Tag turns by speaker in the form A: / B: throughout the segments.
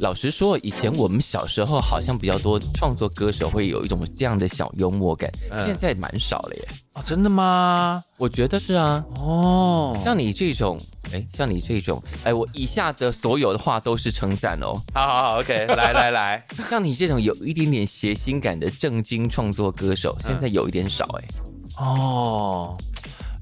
A: 老实说，以前我们小时候好像比较多创作歌手会有一种这样的小幽默感，
B: 嗯
A: 现在蛮少了耶。
B: 啊，真的吗？
A: 我觉得是啊，
B: 哦，
A: 像你这种，哎，像你这种，哎，我以下的所有的话都是称赞哦。
B: 好好好，OK，来来来，
A: 像你这种有一点点谐星感的正经创作歌手，现在有一点少哎、
B: 哦，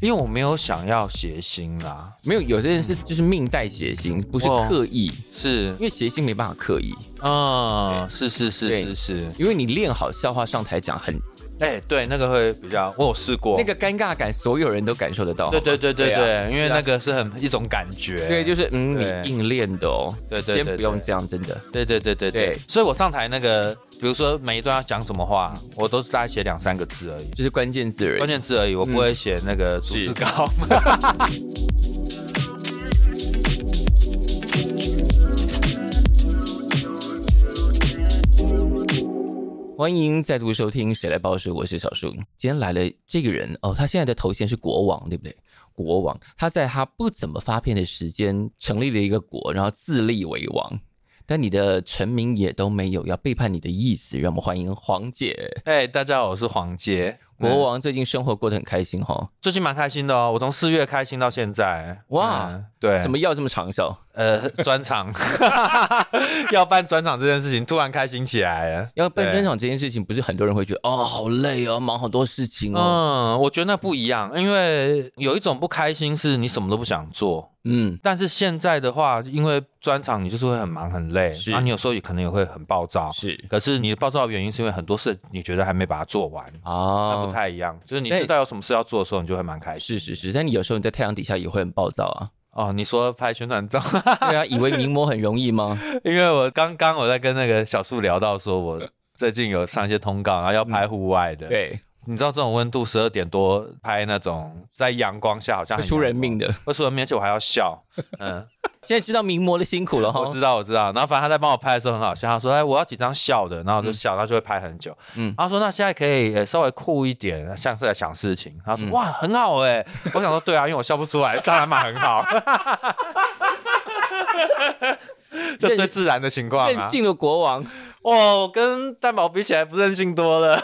B: 因为我没有想要谐星啦，
A: 没有，有些人是就是命带谐星，不是
B: 哦
A: 刻意，
B: 是
A: 因，为谐星没办法刻意，
B: 嗯，是是是
A: 对
B: 是是，
A: 因为你练好笑话上台讲很，
B: 哎、对，那个会比较，我有试过，
A: 那个尴尬感，所有人都感受得到。
B: 对对对对对，
A: 对啊
B: 因为那个是很一种感觉，
A: 对，就是嗯，
B: 对
A: 你硬练的哦，
B: 对对对
A: 先不用这样，真的。
B: 对对对对对，
A: 对
B: 所以我上台那个，比如说每一段要讲什么话，我都是大概写两三个字而已，
A: 就是关键字而已。
B: 关键字而已，我不会写那个逐字稿。
A: 欢迎再度收听《谁来报数》，我是小树。今天来了这个人哦，他现在的头衔是国王，对不对？国王，他在他不怎么发片的时间成立了一个国，然后自立为王。但你的臣民也都没有要背叛你的意思，让我们欢迎黄姐。
B: 哎、大家好，我是黄杰，
A: 国
B: 我
A: 王最近生活过得很开心哈、
B: 最近蛮开心的哦，我从四月开心到现在。
A: 哇
B: 嗯对，
A: 哦，怎么药这么长效？
B: 呃专场 要办专场这件事情，突然开心起来啊了。
A: 要办
B: 对
A: 专场这件事情，不是很多人会觉得哦，好累哦，忙好多事情哦。
B: 嗯，我觉得那不一样，因为有一种不开心是你什么都不想做，
A: 嗯，
B: 但是现在的话，因为专场你就是会很忙很累，
A: 是
B: 然后你有时候也可能也会很暴躁，
A: 是
B: 可是你的暴躁的原因是因为很多事你觉得还没把它做完，那不
A: 哦，
B: 太一样。就是你
A: 对
B: 知道有什么事要做的时候，你就会蛮开心。
A: 是是是，但你有时候你在太阳底下也会很暴躁 啊。
B: 哦，你说拍宣传照，
A: 对啊，以为名模很容易吗？
B: 因为我刚刚我在跟那个小树聊到，说我最近有上一些通告，然后要拍户外的。，
A: 对，
B: 你知道这种温度十二点多拍那种在阳光下好像
A: 会
B: 很
A: 出人命
B: 的，
A: 的。
B: 会出人命，而且我还 要笑。嗯，
A: 现在知道名模的辛苦了
B: 我
A: 哈
B: 知。道我知道。然后反正他在帮我拍的时候很好笑，他说：“哎，我要几张笑的。”然后我就笑，他就会拍很久。嗯
A: 嗯，
B: 然后说：“那现在可以呃稍微酷一点，像是在想事情。”他说：“
A: 嗯
B: 哇，很好哎。”我想说：“对啊，因为我笑不出来，当然嘛很好。” 这最自然的情况
A: 任
B: 啊！
A: 性的国王，
B: 哦，跟蛋宝比起来不任性多了。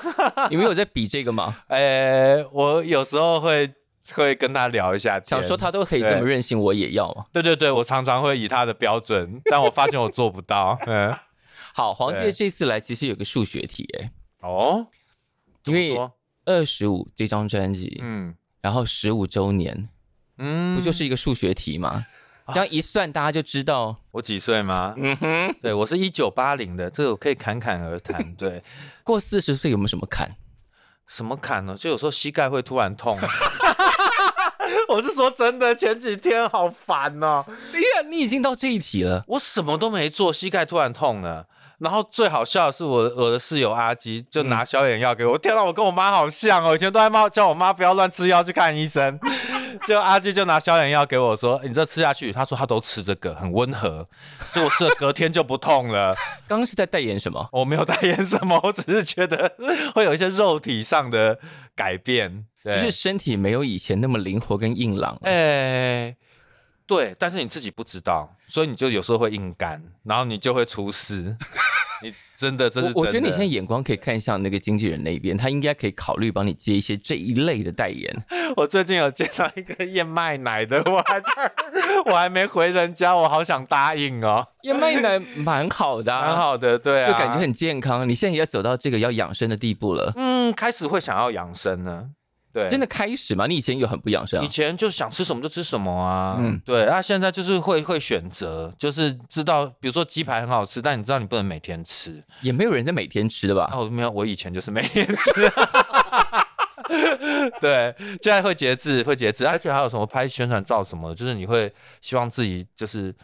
A: 你们有在比这个 吗？
B: 哎、我有时候会会跟他聊一下天，
A: 想说他都可以这么任性，我也要啊。
B: 对对对，我常常会以他的标准，但我发现我做不到。嗯，
A: 好，黄
B: 对
A: 介这次来其实有个数学题，哎，
B: 哦，怎
A: 因
B: 么
A: 为
B: 说
A: 二十五这张专辑，
B: 嗯
A: 然后十五周年，
B: 嗯，啊
A: 不就是一个数学题吗？这样一算，大家就知道。
B: 我几岁吗？
A: 嗯哼，
B: 对我是一九八零的，这个我可以侃侃而谈。对，
A: 过四十岁有没有什么坎？
B: 什么侃哦呢？就有时候膝盖会突然痛。 我是说真的，前几天好烦哦、
A: 哎呀，你已经到这一题了，
B: 我什么都没做，膝盖突然痛了。然后最好笑的是我，我的室友阿基就拿消炎药给我。天哪，我跟我妈好像哦！以前都在骂叫我妈不要乱吃药，去看医生。 就阿基就拿消炎药给我说：“欸你这吃下去。”他说他都吃这个，很温和。结果吃了隔天就不痛了。
A: 刚刚是在代言什么？
B: 我没有代言什么，我只是觉得 会有一些肉体上的改变。对，
A: 就是身体没有以前那么灵活跟硬朗了。
B: 哎、对，但是你自己不知道，所以你就有时候会硬干，然后你就会 出事。你真的，这是
A: 我我觉得
B: 真的
A: 你现在眼光可以看向那个经纪人那边，他应该可以考虑帮你接一些这一类的代 言。
B: 我最近有见到一个燕麦奶的，我还在我还没回人家，我好想答应哦，
A: 燕麦奶 蛮好的、啊，
B: 蛮，好的，对啊，
A: 就感觉很健康。你现在也走到这个要养生的地步了，
B: 嗯，开始会想要养生呢，对，
A: 真的开始吗？你以前有很不养生啊、
B: 以前就想吃什么就吃什么啊，嗯
A: 嗯，
B: 对，那、现在就是会会选择，就是知道，比如说鸡排很好吃，但你知道你不能每天吃，
A: 也没有人在每天吃的吧？
B: 啊，我没有，我以前就是每天吃。 对，现在会节制，会节制，而且还有什么拍宣传照什么的，就是你会希望自己就是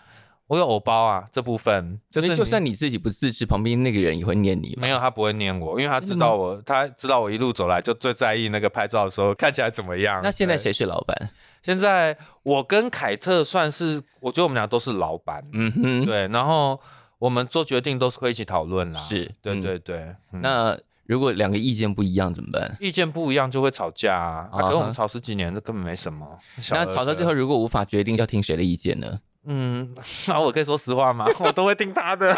B: 我有偶包啊这部分，就
A: 就是是就算
B: 你
A: 你自己不自知，旁边那个人也会念你嘛。
B: 没有他不会念我，因为他知
A: 真的
B: 道
A: 吗
B: 我，他知道我一路走来就最在意那个拍照的时候看起来怎么样。
A: 那现在
B: 对？
A: 谁是老板？
B: 现在我跟凯特算是，我觉得我们俩都是老板，
A: 嗯哼，
B: 对，然后我们做决定都是会一起讨论啦。
A: 是
B: 对
A: 嗯
B: 对对，嗯
A: 那如果两个意见不一样怎么办？
B: 意见不一样就会吵架啊，啊
A: 啊哈
B: 可是我们吵十几年，这根本没什么。小
A: 那
B: 儿
A: 吵到
B: 科
A: 最后，，如果无法决定要听谁的意见呢？
B: 嗯， 那我可以说实话吗？ 我都会听他 的。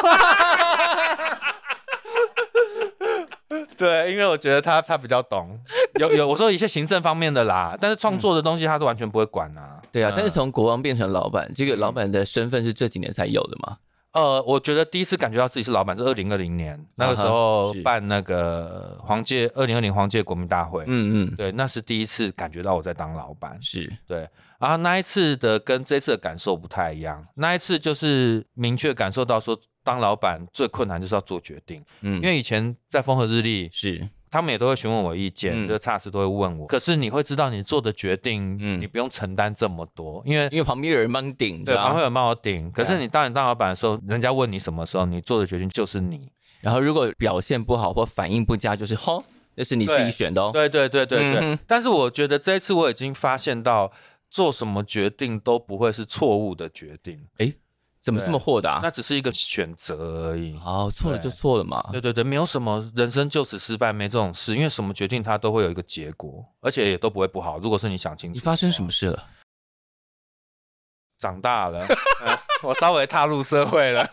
B: 对，因为我觉得他他比较懂，有有我说一些行政方面的啦，但是创作的东西他是完全不会管啊。
A: 对啊，但是
B: 嗯
A: 从国王变成老板，这个老板的身份是这几年才有的嘛？
B: 呃，我觉得第一次感觉到自己是老板是二零二零年，那个时候
A: 是
B: 办那个黄界二零二零黄界国民大会，
A: 嗯嗯，
B: 对，那是第一次感觉到我在当老板。
A: 是
B: 对，然后啊那一次的跟这次的感受不太一样，那一次就是明确感受到说，当老板最困难就是要做决定，
A: 嗯，
B: 因为以前在风和日丽，
A: 是
B: 他们也都会询问我意见，
A: 嗯
B: 就是差事都会问我，可是你会知道你做的决定，
A: 嗯
B: 你不用承担这么多，因为。
A: 因为旁边有人帮你顶
B: 对，
A: 着
B: 旁
A: 啊，
B: 边有人帮我顶。可
A: 对
B: 是
A: 啊
B: 你当你当老板的时候，人家问你什么时候，你做的决定就是你。
A: 然后如果表现不好或反应不佳，就是吼，那是你自己
B: 对
A: 选的哦。
B: 对对对对对。
A: 嗯哼
B: 但是我觉得这一次我已经发现到，做什么决定都不会是错误的决定，
A: 怎么这么豁达？啊
B: 那只是一个选择而已。
A: 哦，错了就
B: 对
A: 错了嘛。
B: 对对对，没有什么人生就此失败，没这种事，因为什么决定它都会有一个结果，而且也都不会不好。如果是你想清楚，
A: 你发生什么？事了？
B: 长大了， 嗯我稍微踏入社会了。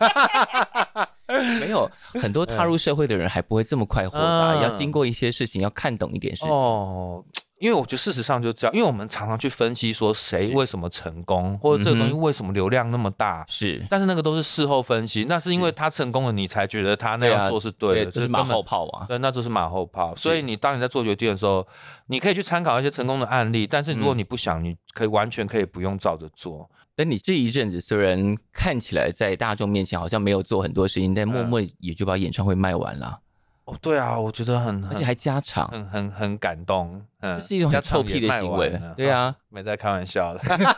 A: 没有，很多踏入社会的人还不会这么快豁达，
B: 嗯
A: 要经过一些事情，要看懂一点事情。
B: 哦，因为我觉得事实上就这样，因为我们常常去分析说谁
A: 是
B: 为什么成功，或者这个东西
A: 嗯
B: 为什么流量那么大。
A: 是，
B: 但是那个都是事后分析，那嗯是因为他成功了，你才觉得他那
A: 对啊
B: 样做是对的，
A: 这是马
B: 根本
A: 后炮啊。
B: 对，那就是马后炮。所以你当你在做决定的时候，你可以去参考一些成功的案例，但是如果
A: 嗯
B: 你不想，你可以完全可以不用照着做。
A: 但你这一阵子虽然看起来在大众面前好像没有做很多事情，但默
B: 嗯
A: 默也就把演唱会卖完了，
B: 哦，对啊，我觉得很
A: 而且
B: 很
A: 还加场，
B: 很很很感动，嗯，
A: 这是一种很
B: 加场
A: 臭屁
B: 也
A: 的
B: 卖
A: 行
B: 完
A: 为
B: 了。哦
A: 对，啊，
B: 没在开玩笑的。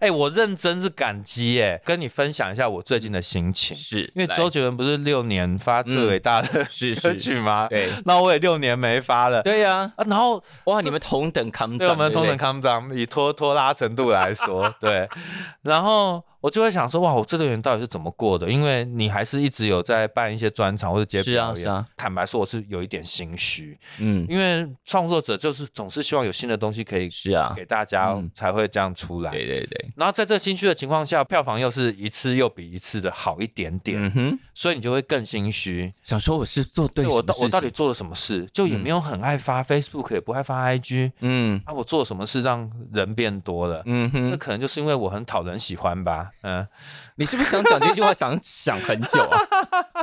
B: 哎、我认真是感激哎、跟你分享一下我最近的心情，
A: 是
B: 因为周杰伦不是六年发最伟大的、
A: 是
B: 歌
A: 是，
B: 曲吗？
A: 对
B: 那我也六年没发了。
A: 对呀，
B: 啊，然后
A: 哇，你们同等 扛
B: 对，我
A: 赞，
B: 们
A: 对不
B: 同
A: 对
B: 等康长以拖拖拉程度 来说，对。然后我就会想说，哇，我这段人到底是怎么过的？因为你还是一直有在办一些专场或者接
A: 是啊
B: 表演。
A: 是啊，
B: 坦白说，我是有一点心虚，
A: 嗯，
B: 因为创作者就是总是希望有新的东西可以
A: 是啊，
B: 给大家
A: 嗯，
B: 才会这样出来。
A: 对对对，
B: 然后在这心虚的情况下，票房又是一次又比一次的好一点点，
A: 嗯哼，
B: 所以你就会更心虚。
A: 想说我是做对
B: 对
A: 什
B: 我
A: 么
B: 到
A: 事情，
B: 我到底做了什么事？就也
A: 嗯
B: 没有很爱发 Facebook，也不爱发 IG。
A: 嗯
B: 啊，我做什么事让人变多了？
A: 嗯
B: 这
A: 哼，
B: 可能就是因为我很讨人喜欢吧，嗯，
A: 你是不是想讲这句话想想很久啊？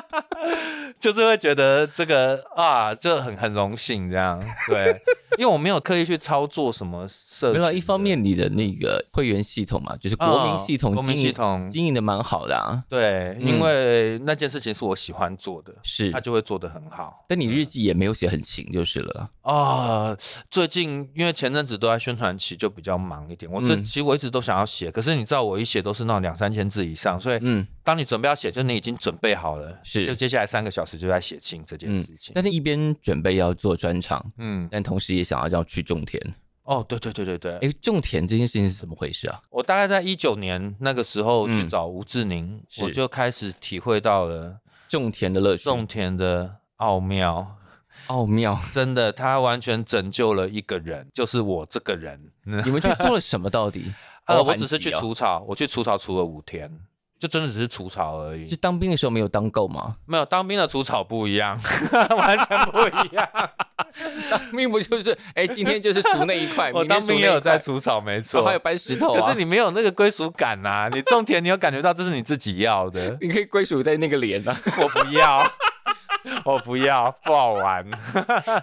B: 就是会觉得这个啊，就很很荣幸这样，对，因为我没有刻意去操作什么社
A: 没
B: 群
A: 有
B: 的，
A: 啊，一方面你的那个会员系统嘛，就是
B: 啊
A: 国民系统
B: 国
A: 经
B: 民
A: 营、
B: 系统，
A: 经营的蛮好的啊，
B: 对，
A: 嗯
B: 因为那件事情是我喜欢做的，
A: 是
B: 他。就会做得很好
A: 但你日记也没有写很勤就是了，
B: 啊。最近因为前阵子都在宣传期，就比较忙一点。我这
A: 嗯
B: 其实我一直都想要写，可是你知道我一写都是那种两三千字以上，所以
A: 嗯，
B: 当你准备要写，就是你已经准备好了，
A: 是嗯
B: 就接下来三个小时就在写清这件事情。
A: 但是一边准备要做专场，
B: 嗯，
A: 但同时也想要要去种田。
B: 哦，对对对对对，
A: 哎，种田这件事情是怎么回事啊？
B: 我大概在一九年那个时候去
A: 嗯
B: 找吴志宁，
A: 是
B: 我就开始体会到了
A: 种田的乐趣，
B: 种田的奥妙。
A: 奥 妙。
B: 真的，他完全拯救了一个人，就是我这个人。嗯
A: 你们去做了什么？到底？
B: 呃，
A: 包
B: 我
A: 含
B: 只是
A: 级
B: 去
A: 哦，
B: 除草，我去除草除了五天，就真的只是除草而已
A: 是。当兵的时候没有当够 吗？
B: 没有当兵的除草不一样， 完全不一 样。
A: 当兵不就是哎，今天就是除那一 块，
B: 我
A: 哎明天
B: 当
A: 除
B: 兵
A: 那
B: 也有
A: 一块
B: 在，除草，没
A: 然
B: 错
A: 后。还有搬石头
B: 可
A: 啊。。
B: 是你没有那个归属感呐、你种田，你有感觉到这是你自己要的
A: 你可以归属在那个连 啊。
B: 我不要，我不要，不好玩。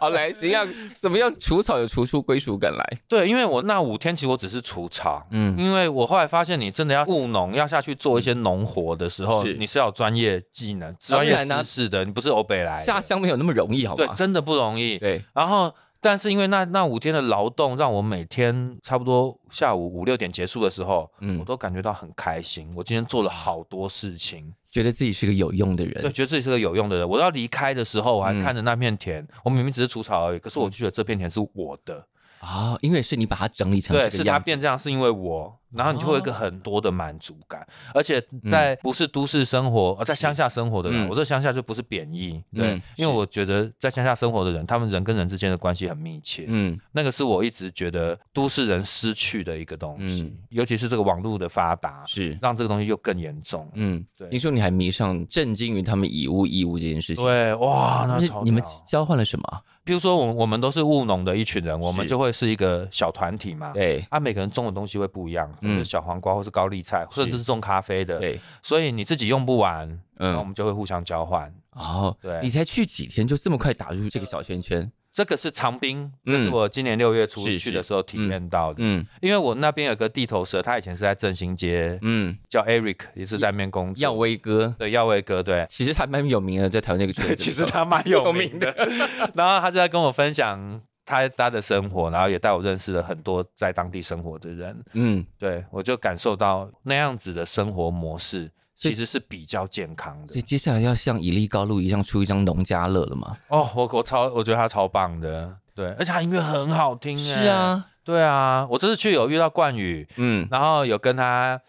A: 好，来怎样怎么样除草有除出归属感来？
B: 对，因为我那五天其实我只是除草，
A: 嗯，
B: 因为我后来发现你真的要务农，要下去做一些农活的时候，
A: 是
B: 你是要有专业技能、
A: 当
B: 专业
A: 然啊
B: 知识的，你不是欧北来的
A: 下乡没有那么容易，好
B: 对，
A: 吗？
B: 真的不容易。
A: 对，
B: 然后。但是因为那那五天的劳动，让我每天差不多下午五六点结束的时候，我
A: 嗯，
B: 都感觉到很开心。我今天做了好多事情，
A: 觉得自己是个有用的
B: 对，
A: 人，
B: 觉得自己是个有用的人。我要离开的时候，我还
A: 嗯
B: 看着那片田，我明明只是除草而已，可是我就觉得这片田是我的，
A: 啊，因为是你把它整理成
B: 对，
A: 这
B: 是
A: 个
B: 它
A: 样子，哦
B: 变这样是因为我，然后你就会有一个很多的满足感，而且在不是都市生活，呃在乡下生活的人，
A: 嗯
B: 我这乡下就不是贬义，对
A: 嗯，
B: 因为我觉得在乡下生活的人，他们人跟人之间的关系很密切，
A: 嗯
B: 那个是我一直觉得都市人失去的一个东西
A: 嗯，
B: 尤其是这个网络的发达，
A: 是。
B: 让这个东西又更严重。
A: 嗯，
B: 对
A: 听说你还迷上震惊于他们以物易物这件事情。
B: 对，哇，那
A: 那
B: 超
A: 你们
B: 屌
A: 交换了什么啊？
B: 比如说我们我们都是务农的一群人，我们
A: 是
B: 就会是一个小团体嘛。
A: 对
B: 啊，每个人种的东西会不一样，比如
A: 嗯
B: 小黄瓜或是高丽菜，甚至是种咖啡的，
A: 对，
B: 所以你自己用不完，然后我
A: 嗯，
B: 们就会互相交换。
A: 哦，
B: 对
A: 你才去几天就这么快打入这个小圈圈？
B: 这个是长滨，
A: 嗯
B: 这是我今年六月初
A: 是
B: 去
A: 是
B: 的时候体验到的。
A: 嗯
B: 因为我那边有个地头蛇，他以前是在振兴街，
A: 嗯，
B: 叫 Eric，也是在那边工
A: 耀
B: 作。
A: 威哥
B: 对，耀威哥，对，
A: 其实还蛮有名的，在台湾那个圈子
B: 对，
A: 里头。
B: 其实他蛮有名的。 然后他就在跟我分享他他的生活，然后也带我认识了很多在当地生活的人。
A: 嗯，
B: 对我就感受到那样子的生活模式
A: 所以
B: 其实是比较健康
A: 所以
B: 的。
A: 接下来要像以利高露一样出一张农家乐了吗？
B: 哦，我我超我觉得他超棒的，对，而且他音乐很好听。欸
A: 是，啊，
B: 对啊，我这次去有遇到冠宇，
A: 嗯
B: 然后有跟他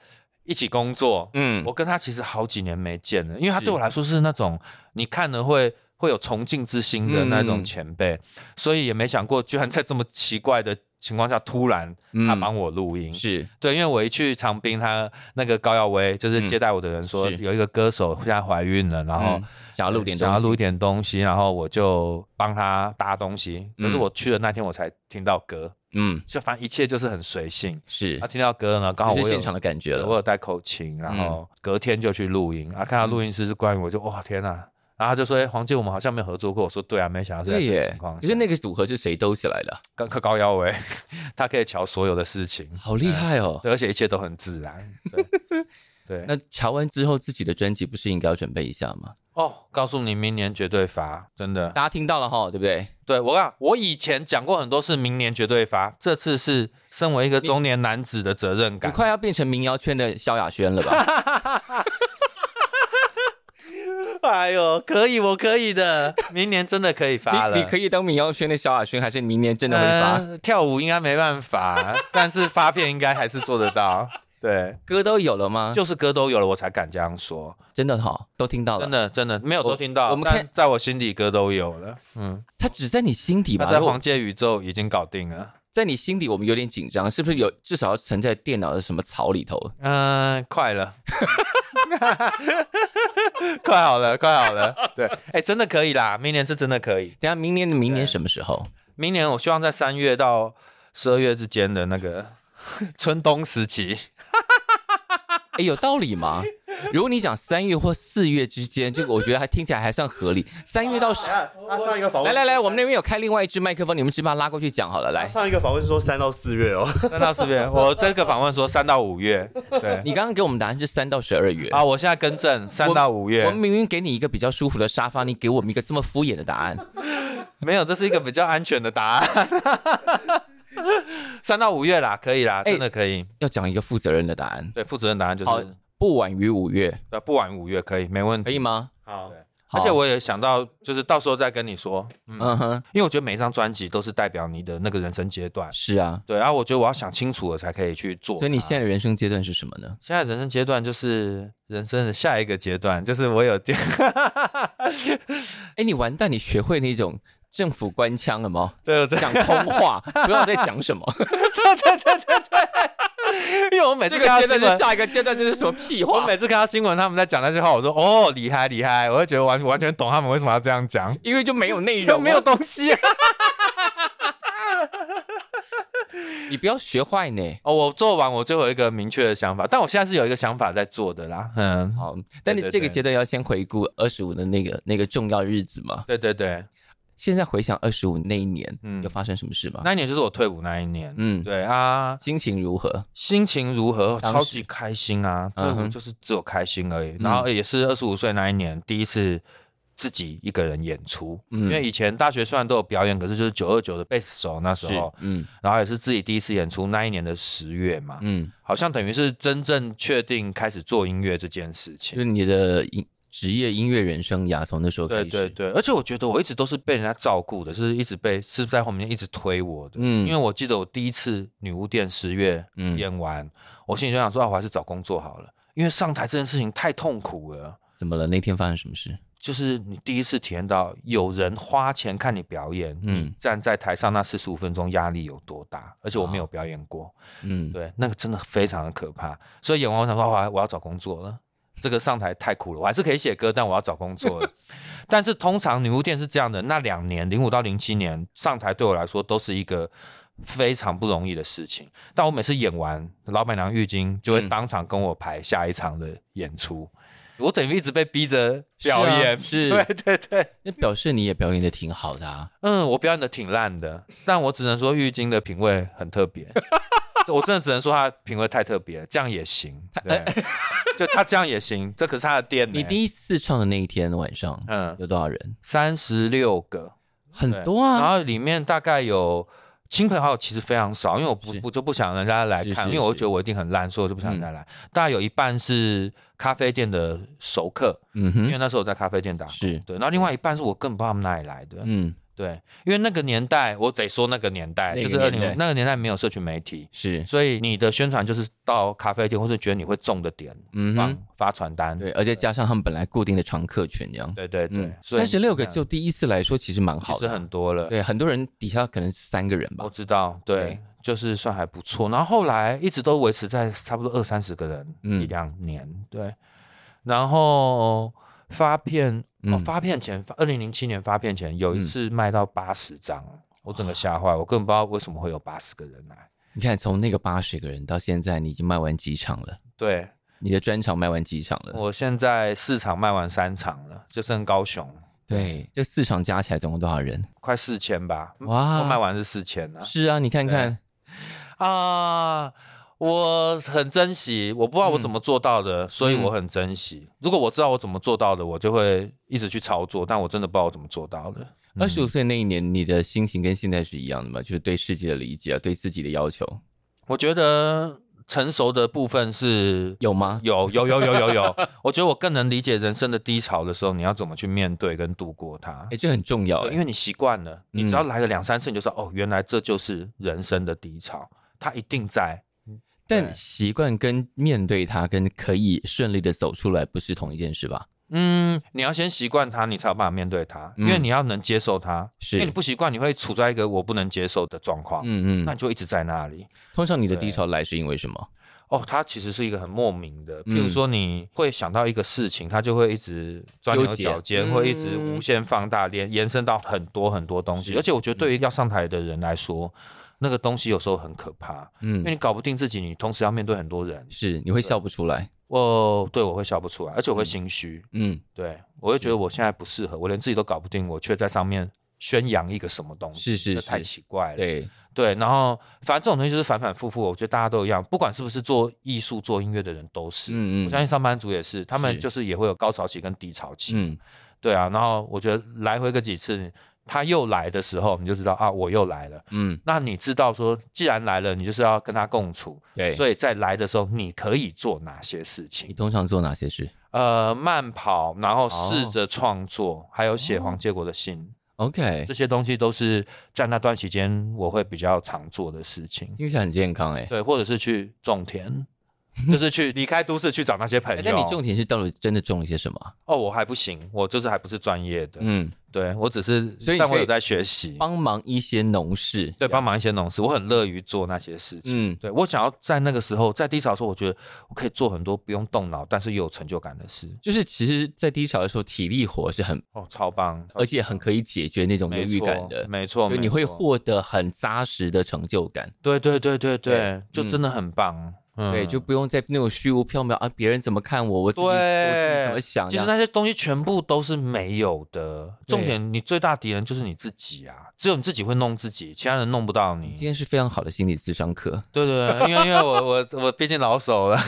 B: 一起工作。
A: 嗯，
B: 我跟他其实好几年没见了，因为他
A: 是
B: 对我来说是那种你看了会会有崇敬之心的那种
A: 嗯
B: 前辈，所以也没想过居然在这么奇怪的情况下，突然他帮我录音。
A: 嗯是
B: 对，因为我一去长滨，他那个高耀威就是
A: 嗯
B: 接待我的人说，
A: 是
B: 有一个歌手现在怀孕了，然后
A: 嗯想要录点东
B: 想
A: 西，
B: 要录一点东西，然后我就帮他搭东西。可是
A: 嗯
B: 我去的那天我才听到歌，
A: 嗯
B: 就反正一切就是很随性。
A: 是
B: 他、，听到歌呢，啊刚好
A: 就
B: 我
A: 是
B: 有
A: 现场的感觉
B: 我
A: 了。
B: 有带口琴，然
A: 嗯
B: 后隔天就去录音，啊，看到录音师是关于我就哇天呐、然后他就说，哎、黄姐，我们好像没有合作过。我说对啊，没想到是在
A: 对
B: 这个情
A: 耶
B: 况，下。
A: 可是那个组合是谁兜起来的啊？
B: 跟高高腰围， 他可以瞧所有的事情，
A: 好厉害哦！
B: 对，而且一切都很自然。对， 对
A: 那瞧完之后，自己的专辑不是应该要准备一下吗？
B: 哦，告诉你，明年绝对罚，真的。
A: 大家听到了哈，对不对？
B: 对我讲，我以前讲过很多次，明年绝对罚，这次是身为一个中年男子的责任
A: 你
B: 感。
A: 快要变成民谣圈的萧亚轩了 吧？
B: 哎呦，可以，我可以的，明年真的可以罚了。
A: 你你可以当民谣圈的萧亚轩，还是明年真的会发？
B: 呃跳舞应该没办法，但是发片应该还是做得 到。对，
A: 歌都有了吗？
B: 就是歌都有了，我才敢这样说。
A: 真的哈，都听到
B: 真
A: 了。
B: 的，真的没有都听到，
A: 我们
B: 但
A: 看
B: 在我心底歌都有了。嗯，
A: 它只在你心底吧？
B: 那在
A: 如果
B: 黄界宇宙已经搞定了。
A: 在你心底，我们有点紧张，是不是有至少要存在电脑的什么槽里头？
B: 嗯、快了， 快好了，快好了。对，哎、真的可以啦，明年是真的可以。
A: 等一下明年的明年什么时候？
B: 明年我希望在三月到十二月之间的那个 春冬 时期，
A: 哎，有道理吗？如果你讲三月或四月之间，这个我觉得还听起来还算合理。三月到十，
C: 下，他上一个访
A: 来
C: 问，
A: 来来，我们那边有开另外一支麦克风，你们直接把它拉过去讲好了。来，
C: 上一个访问是说三到四月哦，
B: 三到四月。我这个访问说三到五月，对。
A: 你刚刚给我们答案是三到十二月。
B: 啊，我现在更正，三到五
A: 我
B: 月
A: 们明明给你一个比较舒服的沙发，你给我们一个这么敷衍的答案。
B: 没有，这是一个比较安全的答案。 三到五月啦，可以啦，
A: 哎
B: 真的可以。
A: 要讲一个负责任的答案，
B: 对，负责任答案就
A: 好
B: 是
A: 不晚于五月，
B: 对，不晚五月可以，没问题。
A: 可以吗？
C: 好，
A: 好
B: 而且，我也想到，就是到时候再跟你说，
A: 嗯哼，
B: 因为我觉得每一张专辑都是代表你的那个人生阶段。
A: 是啊。
B: 对，然、后我觉得我要想清楚了才可以去做它。
A: 所以你现在的人生阶段是什么呢？
B: 现在人生阶段就是人生的下一个阶段，就是我有电，
A: 哎，你完蛋，你学会那种政府官腔了 吗？
B: 对我在
A: 讲空话，不知道在讲什么。
B: 因为我每 次
A: 这个阶
B: 看到新
A: 段是
B: 闻，
A: 下一个阶段，这是什么屁
B: 我
A: 话？
B: 每次看到新闻他们在讲那些话，我说哦厉害厉害，我就觉得完完全懂他们为什么要这样讲。
A: 因为就 没有内
B: 就
A: 容，
B: 没有，东西、啊
A: 你不要学坏呢。
B: 哦，我做完我就有一个明确的想法，但我现在是有一个想法在做的啦。嗯，
A: 好，但你
B: 对对
A: 这个
B: 对
A: 阶段要先回顾二十五的那个那个重要日子嘛。
B: 对对对，
A: 啊现在回想二十五那一年，
B: 嗯
A: 有发生什么事吗？
B: 那一年就是我退伍那一年。
A: 嗯，
B: 对啊，
A: 心情如何？
B: 心情如何？
A: 当时
B: 超级开心啊！退
A: 嗯
B: 伍
A: 哼嗯
B: 就是只有开心而已。然后也是二十五岁那一年第一次自己一个人演出，
A: 嗯
B: 因为以前大学虽然都有表演，可是就是九二九的贝斯手那时
A: 是
B: 候，，
A: 嗯
B: 然后也是自己第一次演出。那一年的十月嘛，
A: 嗯，
B: 好像等于是真正确定开始做音乐这件事情
A: 就。是你的音职业音乐人生涯从那时候开
B: 对
A: 始。
B: 对对，而且我觉得我一直都是被人家照顾的，是一直被是在后面一直推我的。
A: 嗯
B: 因为我记得我第一次女巫店十月
A: 嗯
B: 演完，我心里就想说，啊，我还是找工作好了，因为上台这件事情太痛苦了。
A: 怎么了？那天发生什么事？
B: 就是你第一次体验到有人花钱看你表演，
A: 嗯
B: 嗯，站在台上那四十五分钟压力有多大，而且我没有表演过，
A: 嗯，
B: 对，那个真的非常的可怕。所以演完我想说，哇，我要找工作了。这个上台太苦了，我还是可以写歌，但我要找工作了。 但是通常女巫店是这样的，那两年零五到零七年上台对我来说都是一个非常不容易的事情。但我每次演完，老板娘浴巾就会
A: 嗯
B: 当场跟我排下一场的演出，我等于一直被逼着
A: 是啊
B: 表演。
A: 是
B: 对对对，
A: 那表示你也表演的挺好的啊。
B: 嗯，我表演的挺烂的，但我只能说浴巾的品味很特别，我真的只能说他品味太特别了，这样也行， 对，就他这样也行，这可是他的店呢、
A: 你第一次唱的那一天晚上，
B: 嗯
A: 有多少人？
B: 三十六个，
A: 很
B: 对
A: 多
B: 然
A: 啊。
B: 后里面大概有亲朋好友其实非常少，因为我不
A: 是
B: 不就不想人家来
A: 是
B: 看，
A: 是
B: 因为我
A: 是嗯
B: 觉得我一定很烂，所以我就不想人家来。大概有一半是咖啡店的熟客，
A: 嗯
B: 因为
A: 哼，
B: 那时候我在咖啡店打工，
A: 是，
B: 对，然后另外一半是我根本不知道他们哪里来的，
A: 嗯，
B: 对，因为那个年代，我得说那个年代，
A: 那个
B: 就是二零
A: 年代
B: 那个年代没有社群媒体，
A: 是，
B: 所以你的宣传就是到咖啡店或是觉得你会中的点
A: 嗯
B: 放、
A: 哼，
B: 发传单。
A: 对，而且加上他们本来固定的常客群，这样。
B: 对对对
A: 嗯，，三十六个
B: 就
A: 就第一次来说，其实蛮
B: 其
A: 好
B: 实
A: 的
B: 很
A: 啊。
B: 多了。
A: 对，很多人底下可能三个人吧
B: 我。知道，对，
A: 对
B: 就是算还不错。然后后来一直都维持在差不多二三十个人、
A: 嗯
B: 一两年，对。然后发片，哦
A: 嗯，
B: 发片前，二零零七年发片前有一次卖到八十张，我整个吓坏，我根本不知道为什么会有八十个人来。
A: 你看从那个八十个人到现在，你已经卖完几场了？
B: 对，
A: 你的专场卖完几场了？
B: 我现在市场卖完三场了，就剩高雄，
A: 对，这四场加起来总共多少人？
B: 快四千吧。
A: 哇
B: 嗯我卖完是四千呢。
A: 啊是啊，你看看，
B: 啊，我很珍惜，我不知道我怎么做到的，所以我很珍惜。如果我知道我怎么做到的，我就会一直去操作，但我真的不知道我怎么做到的。
A: 二
B: 嗯
A: 十五岁那一年，你的心情跟现在是一样的吗？就是对世界的理解啊，对自己的要求
B: 我觉得成熟的部分是
A: 有吗？
B: 有有有有有有，我觉得我更能理解人生的低潮的时候，你要怎么去面对跟度过它
A: 哎、。这很重要、
B: 对因
A: 为
B: 为你习惯了，你只要
A: 嗯
B: 来个两三次，你就知道、哦，原来这就是人生的低潮，它一定在。
A: 但
B: 对
A: 习惯跟面对它，跟可以顺利的走出来，不是同一件事吧？
B: 嗯，你要先习惯它，你才有办法面对它，因为
A: 嗯
B: 你要能接受它。
A: 是
B: 因为你不习惯，你会处在一个我不能接受的状况，
A: 嗯
B: 那
A: 嗯。
B: 你就一直在那里。
A: 通常你的
B: 对
A: 低潮来是因为什么？
B: 哦，它其实是一个很莫名的，譬如
A: 嗯
B: 说你会想到一个事情，它就会一直钻
A: 纠
B: 牛
A: 结
B: 角尖，会一直
A: 嗯
B: 无限放大，连延伸到很多很多东西。
A: 是嗯
B: 而且我觉得对于要上台的人来说，那个东西有时候很可怕，因
A: 嗯，
B: 为你搞不定自己，你同时要面对很多人。
A: 是你会笑不出来。
B: 哦，对我会笑不出来，而且我会心虚。
A: 嗯，
B: 对，我会觉得我现在不适合，我连自己都搞不定，我却在上面宣扬一个什么东
A: 是
B: 西，
A: 是
B: 这太
A: 是
B: 奇怪了。
A: 对，
B: 对然后反正这种东西就是反反复复，我觉得大家都一样，不管是不是做艺术、做音乐的人都是。
A: 嗯
B: 我相信上班族也是，他们
A: 是
B: 就是也会有高潮期跟低潮期。
A: 嗯，
B: 对啊，然后我觉得来回个几次，他又来的时候，你就知道啊，我又来了。
A: 嗯，
B: 那你知道说，既然来了，你就是要跟他共处，
A: 对。
B: 所以在来的时候，你可以做哪些事情
A: 你？通常做哪些事
B: 呃，慢跑，然后
A: 哦
B: 试着创作，还有写黄结果的信，
A: ？OK，
B: 这些东西都是在那段期间我会比较常做的事情。
A: 听起来很健康哎、
B: 对，或者是去种田，就是去离开都市去找那些朋
A: 哎
B: 友。
A: 但你种田是到底真的种了些什么啊？
B: 哦，我还不行，我就是还不是专业的，
A: 嗯，
B: 对我只是，
A: 所以你
B: 但
A: 可
B: 我
A: 以
B: 有在学习，
A: 帮忙一些农事。
B: 对，帮忙一些农事，我很乐于做那些事情。
A: 嗯，
B: 对我想要在那个时候，在低潮的时候，我觉得我可以做很多不用动脑，但是又有成就感的事。
A: 就是其实，在低潮的时候，体力活是很，
B: 哦，超棒！
A: 而且很可以解决那种忧
B: 没
A: 郁
B: 错
A: 感的，
B: 没错，
A: 就你
B: 没
A: 会
B: 错
A: 获得很扎实的成就感，
B: 对对对对
A: 对
B: 对，就真的很棒。嗯
A: 对，就不用再那种虚无缥缈啊，别人怎么看我，我自己我自己
B: 对，
A: 怎么想啊
B: 其实
A: 呀？
B: 那些东西全部都是没有的。
A: 对
B: 重点，你最大敌人就是你自己啊！只有你自己会弄自己，其他人弄不到你
A: 今。天是非常好的心理咨商课，
B: 对对对，因为因为我我我毕竟老手了，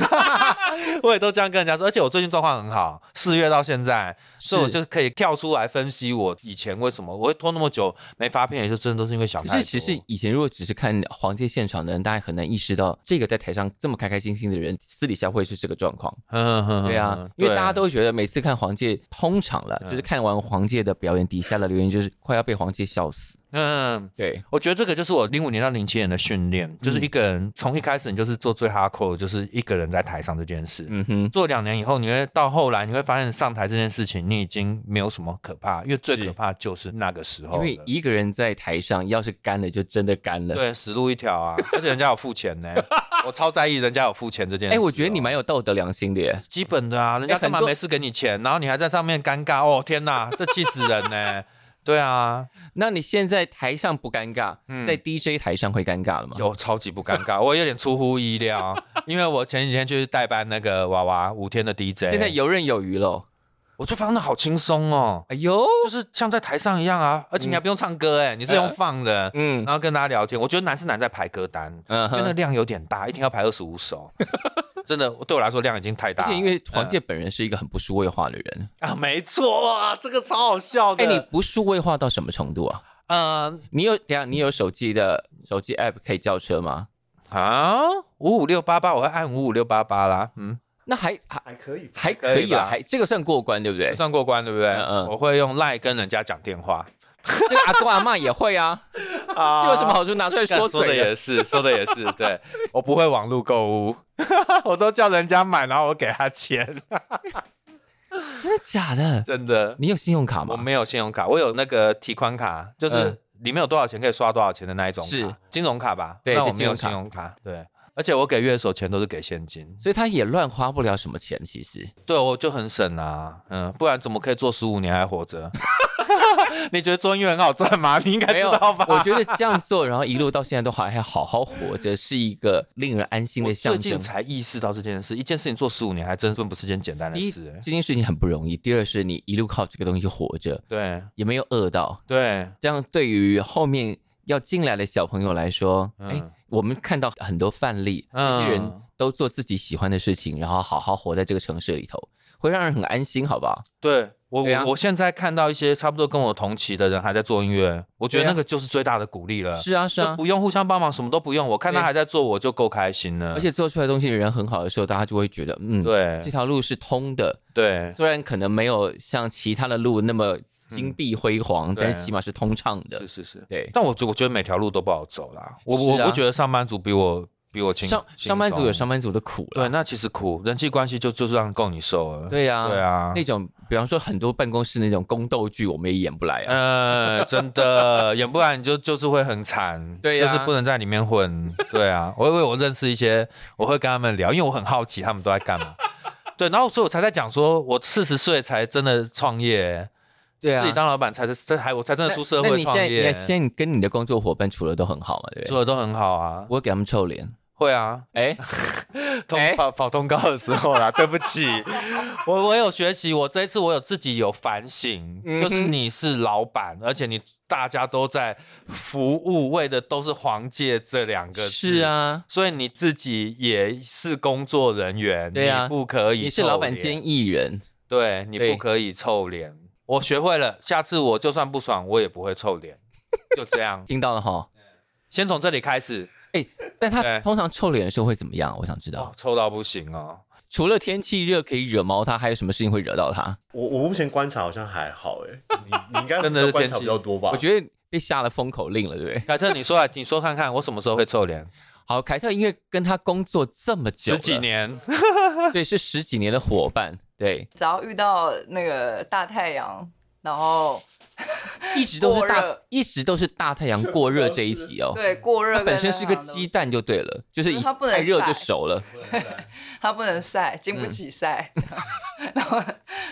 B: 我也都这样跟人家说，而且我最近状况很好，四月到现在，所以我
A: 是
B: 就可以跳出来分析我以前为什么我会拖那么久没发片，也就真的都是因为想太
A: 可
B: 多。
A: 是其实以前如果只是看黄健现场的人，大家很难意识到这个在台上这么开开心心的人，私底下会是这个状况。
B: 嗯，嗯嗯
A: 对啊，因为大家都会觉得每次看黄玠，通常了就是看完黄玠的表演，底下的留言就是快要被黄玠笑死。
B: 嗯。
A: 对，
B: 我觉得这个就是我零五年到零七年的训
A: 嗯
B: 练，就是一个人从一开始你就是做最 hardcore，的就是一个人在台上这件事。
A: 嗯哼，
B: 做两年以后，你会到后来你会发现上台这件事情你已经没有什么可怕，因为最
A: 是
B: 可怕就是那个时候
A: 因
B: 了。
A: 为一个人在台上，要是干了就真的干了。
B: 对，死路一条啊！而且人家有付钱呢，我超在意人家有付钱这件事、哦
A: 哎，我觉得你蛮有道德良心的耶。
B: 基本的啊，人家
A: 哎很
B: 干嘛
A: 多
B: 没事给你钱，然后你还在上面尴尬？哦天哪，这气死人呢！ 对啊，
A: 那你现在台上不尴尬，
B: 嗯
A: 在 DJ 台上会尴尬了吗？
B: 有超级不尴 尬，我有点出乎意料，因为我前几天就是代班那个娃娃五天的 DJ，
A: 现在游刃有余喽。
B: 我就发现好轻松哦，
A: 哎呦，
B: 就是像在台上一样啊，而且你还不用唱歌哎，你是用放的，
A: 嗯
B: 然后跟大家聊天。我觉得难是难在排歌单，
A: 嗯
B: 因为那
A: 哼，
B: 量有点大，一天要排二十 五首，真的对我来说量已经太大
A: 而
B: 了。嗯
A: 且因为黄玠本人是一个很不数位化的人，
B: 啊，没错啊，这个超好笑的。
A: 哎，你不数位化到什么程度啊？
B: 嗯
A: 你有等一下你有手机的手机 app 可以叫车吗？
B: 啊，五五六八八，我会按五五六八八啦。嗯，
A: 那还还
C: 还可以吧，
A: 还可以啊
B: 可以吧
A: 啦，还这个算过关对不对？
B: 算过关对不对？
A: 嗯嗯
B: 我会用赖跟人家讲电话。
A: 这个阿公阿嬷也会 啊，
B: 啊
A: 这有什么？好处拿出来
B: 干
A: 说
B: 啊说的
A: 嘴啊
B: 也
A: 的？
B: 是，说的也是， 对我不会网络购物， 我都叫人家买，然后我给他钱，
A: 真的假的？
B: 真的。
A: 你有信用卡
B: 我
A: 吗？
B: 没有信用卡，我有那个提款卡，就是
A: 嗯
B: 里面有多少钱可以刷多少钱的那一种卡，
A: 是
B: 金融卡吧？
A: 对
B: 那
A: 就
B: 我没有
A: 金
B: 信
A: 融
B: 用卡，对。而且我给乐手钱都是给现金，
A: 所以他也乱花不了什么钱，其实
B: 对我就很省啊，嗯，不然怎么可以做十五年还活着？ 你觉得做音乐很好赚吗？你应该
A: 没
B: 知
A: 有。
B: 道吧？
A: 我觉得这样做，然后一路到现在都还还好好活着，是一个令人安心
B: 我
A: 的
B: 最
A: 象
B: 近
A: 征。
B: 才意识到这件事，一件事情做十五年还真的不是件简单
A: 第
B: 的
A: 一，
B: 事、
A: 这
B: 欸
A: 件事情很不容易；第二是你一路靠这个东西活着，
B: 对
A: 也没有饿到。
B: 对，
A: 这样对于后面要进来的小朋友来说，哎、
B: 嗯
A: 我们看到很多范例，这
B: 嗯
A: 些人都做自己喜欢的事情，然后好好活在这个城市里头，会让人很安心，好不好？
B: 对我
A: 对啊
B: 我我现在看到一些差不多跟我同期的人还在做音乐，我觉得
A: 对啊
B: 那个就是最大的鼓励了。
A: 是啊，是
B: 就
A: 啊。
B: 不用互相帮忙，什么都不用。我看他
A: 对
B: 还在做，我就够开心了。
A: 而且做出来的东西人很好的时候，大家就会觉得，嗯，这
B: 对
A: 条路是通的，
B: 对
A: 虽然可能没有像其他的路那么金碧辉煌，
B: 嗯对
A: 但是起码是通畅的
B: 是。是是。
A: 对，
B: 但我觉我觉得每条路都不好走啦。我我
A: 是啊
B: 不觉得上班族比我比我轻
A: 上
B: 轻
A: 上班族有啊
B: 松
A: 上班族的苦
B: 对，
A: 了，
B: 那其实苦，人际关系就就这样够你受了。
A: 对呀、
B: 对啊
A: 那种比方说很多办公室那种宫斗剧，我们也演不来啊。
B: 呃，真的，演不然你就就是会很惨，
A: 对呀
B: 就是不能在里面混，对啊。我因为我认识一些，我会跟他们聊，因为我很好奇他们都在干嘛。 对，然后所以我才在讲说，我四十岁才真的创业，
A: 对啊，
B: 自己当老板才是，这还我才真的出社
A: 那那
B: 会
A: 你
B: 创
A: 现在你
B: 业
A: 看，现在你跟你的工作伙伴处的都很好嘛，对不对？
B: 做的都很好啊。
A: 我会给他们臭脸，
B: 会啊，
A: 哎，
B: 通
A: 哎
B: 跑跑通告的时候啦，对不起， 我我有学习，我这一次我有自己有反省，
A: 嗯哼
B: 就是你是老板，而且你大家都在服务，为的都是黄界这两个字
A: 是，啊，
B: 所以你自己也是工作人员，
A: 对啊
B: 你不可以，
A: 你是老板，兼艺人，
B: 对，你
A: 对
B: 不可以臭脸，我学会了，下次我就算不爽，我也不会臭脸，就这样，
A: 听到了哈？
B: 先从这里开始，
A: 但他
B: 对
A: 通常臭脸的时候会怎么样？我想知
B: 哦
A: 道，，
B: 臭到不行哦，
A: 除了天气热可以惹毛他，还有什么事情会惹到他？
C: 我我目前观察好像还好哎， 你你应该
B: 真的是
C: 观察
B: 天气
C: 比较多吧？
A: 我觉得被下了封口令了，对不对？
B: 凯特，你说来，你说看看，我什么时候会臭脸？
A: 好，凯特，因为跟他工作这么久，
B: 十几，年，
A: 对，是十几年的伙伴， 对，
D: 只要遇到那个大太阳，然后
A: 一直都是
D: 过
A: 大
D: 热，
A: 一直都是大太阳过热这一集哦。
D: 对过热
A: 它
D: 跟
A: 本身是个
D: 那样的
A: 鸡，蛋就对了，就是
D: 因
A: 一
D: 为它不能
A: 太热就
D: 晒
A: 熟了。
D: 它不能晒，经
A: 嗯
D: 不起晒。 然后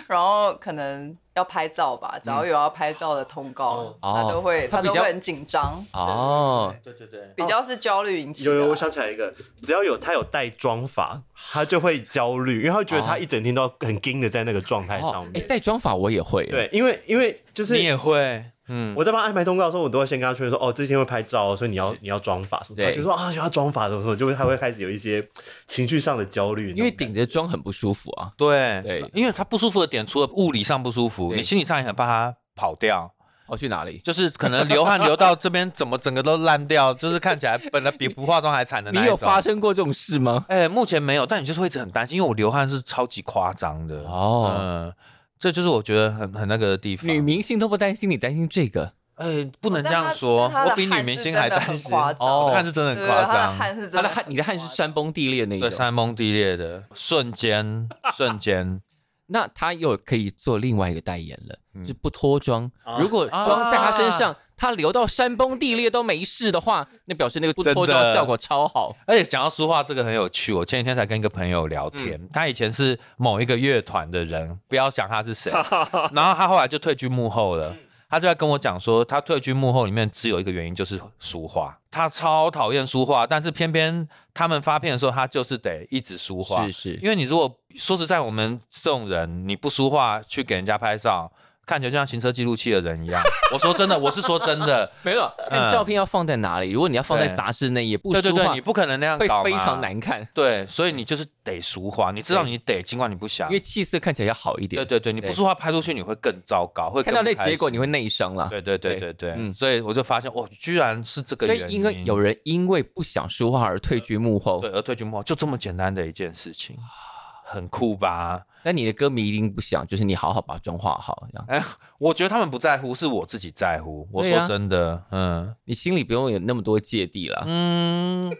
D: 然后可能要拍照吧，只要有要拍照的通告
C: 哦，
D: 他都会
A: 嗯它
D: 他
A: 比
D: 都
A: 较
D: 会很紧张，
A: 哦，
B: 对对对，
D: 比较是焦虑引起的
C: 有有，我想起来一个，只要有他有带妆法，他就会焦虑，因为他会觉得他一整天都要很盯的在那个状态
A: 哦
C: 上，
A: 哎，
C: 面。
A: 带妆法我也会，
C: 对，因为因为就是
B: 你也会，嗯，
C: 我在帮他安排通告的时候，我都会先跟他确认说，哦，这天会拍照哦，所以你要你要妆发什么的。
A: 对
C: 他就说啊，要妆发什么什么，就会他会开始有一些情绪上的焦虑，
A: 因为顶着妆很不舒服啊。
B: 对
A: 对
B: 因为他不舒服的点，除了物理上不舒服，
A: 对
B: 你心理上也很怕他跑掉，
A: 跑去哪里？
B: 就是可能 流汗流到这边，怎么整个都烂掉，就是看起来本来比不化妆还惨的
A: 你
B: 那一
A: 有
B: 种。
A: 发生过这种事吗？
B: 哎、目前没有，但你就是会一直很担心，因为我流汗是超级夸张的。
A: 哦，
B: 嗯，这就是我觉得很很那个的地方。
A: 女明星都不担心，你担心这个？
B: 哎、不能这
D: 但
B: 样
D: 她
B: 说，
D: 但她的
B: 我比女
D: 汗
B: 明
D: 是
B: 星
D: 真
B: 还
D: 的
B: 担
D: 很
B: 心。
D: 夸张
B: 哦，汗是真的
D: 对，
B: 很夸
D: 他的
B: 张。
D: 汗是真
A: 她
D: 的
A: 的
D: 很夸
A: 汗，
D: 张，
A: 你的汗是山崩地裂那一
B: 对，
A: 种。
B: 山崩地裂的瞬间，瞬间，
A: 那她又可以做另外一个代言了，
B: 嗯
A: 就不脱妆。
C: 啊
A: 如果妆在她身上，她流到山崩地裂都没事的话，那表示那个不脱
B: 真
A: 妆
B: 的
A: 效果超好。
B: 而且讲到书画这个很有趣，我前几天才跟一个朋友聊天，
A: 嗯
B: 他以前是某一个乐团的人，不要想他是 谁，然后他后来就退居幕后
A: 嗯
B: 了。他就在跟我讲说，他退居幕后里面只有一个原因就是书画，他超讨厌书画，但是偏偏他们发片的时候，他就是得一直书画
A: 是，是，
B: 因为你如果说实在，我们这种人，你不说话去给人家拍照，看起来就像行车记录器的人一样。我说真的，我是说真的，
A: 没了。但
B: 嗯
A: 照片要放在哪里？如果你要放在
B: 对
A: 杂志内，也 不
B: 对对
A: 说
B: 对，
A: 话
B: 你，不可能那样
A: 会
B: 搞嘛
A: 非常。难看，
B: 对，所以你就是得俗话，你知道你得，尽管你不想
A: 因。为气色看起来要好一点
B: 对。对对，你不
A: 对
B: 说话拍出去，你会更糟糕，会
A: 看
B: 更
A: 到那
B: 不开
A: 结
B: 心
A: 果，你。会内伤啊啦。
B: 对对对
A: 对
B: 对对，
A: 嗯
B: 所以我就发现，哦，居然是这个
A: 所
B: 原
A: 以因为有人因为不想说话而退居幕后
B: 对，而退居幕后，就这么简单的一件事情，很酷吧？
A: 但你的歌迷一定不想，就是你好好把妆化好，这样
B: 哎我觉得他们不在乎，是我自己在乎。我
A: 对啊
B: 说真的，嗯。
A: 你心里不用有那么多芥蒂啦。
B: 嗯，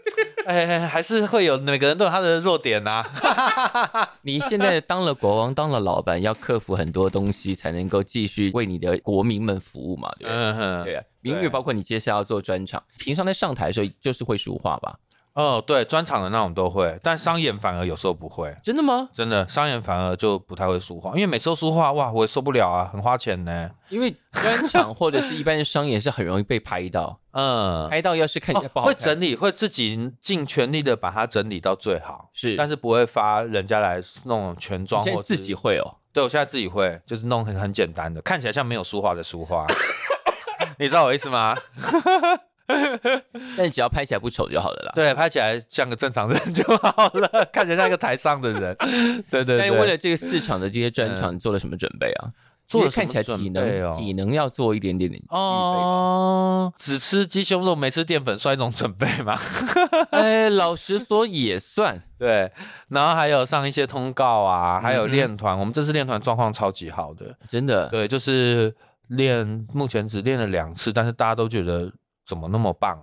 B: 哎、还是会有每个人都有他的弱点啊呐、
A: 你现在当了国王，当了老板，要克服很多东西才能够继续为你的国民们服务嘛，对不对？
B: 嗯哼，
A: 对啊，因为包括你接下来要做专场，平常在上台的时候就是会说话吧？
B: 哦，对，专场的那种都会，但商演反而有时候不会。
A: 真的吗？
B: 真的，商演反而就不太会说话，因为每次都说话，哇，我也受不了啊，很花钱呢。
A: 因为专场或者是一般的商演是很容易被拍到，
B: 嗯，
A: 拍到要是看起来不
B: 哦
A: 好
B: 会
A: 看，
B: 整理，会自己尽全力的把它整理到最好，
A: 是，
B: 但
A: 是
B: 是不会发人家来弄全妆
A: 现在
B: 或
A: 自
B: 是
A: 己会哦，
B: 对，我现在自己会，就是弄很很简单的，看起来像没有书画的书 画，你知道我意思吗？
A: 但只要拍起来不丑就好了啦。
B: 对，拍起来像个正常人就好了， 看起来像一个台上的人。对对对，嗯
A: 但是为了这个市场的这些专场，你做了什么准备啊？
B: 做
A: 因
B: 了
A: 为看起来
B: 什么
A: 体
B: 准备
A: 能
B: 哦
A: 体能要做一点点的预备。
B: 哦， 只吃鸡胸肉没吃淀粉，算一种准备嘛？
A: 哎，老实说也算，
B: 对，然后还有上一些通告啊，还
A: 嗯
B: 有练团，我们这次练团状况超级好的，
A: 真的。
B: 对，就是练目前只练了两次，但是大家都觉得怎么那么棒？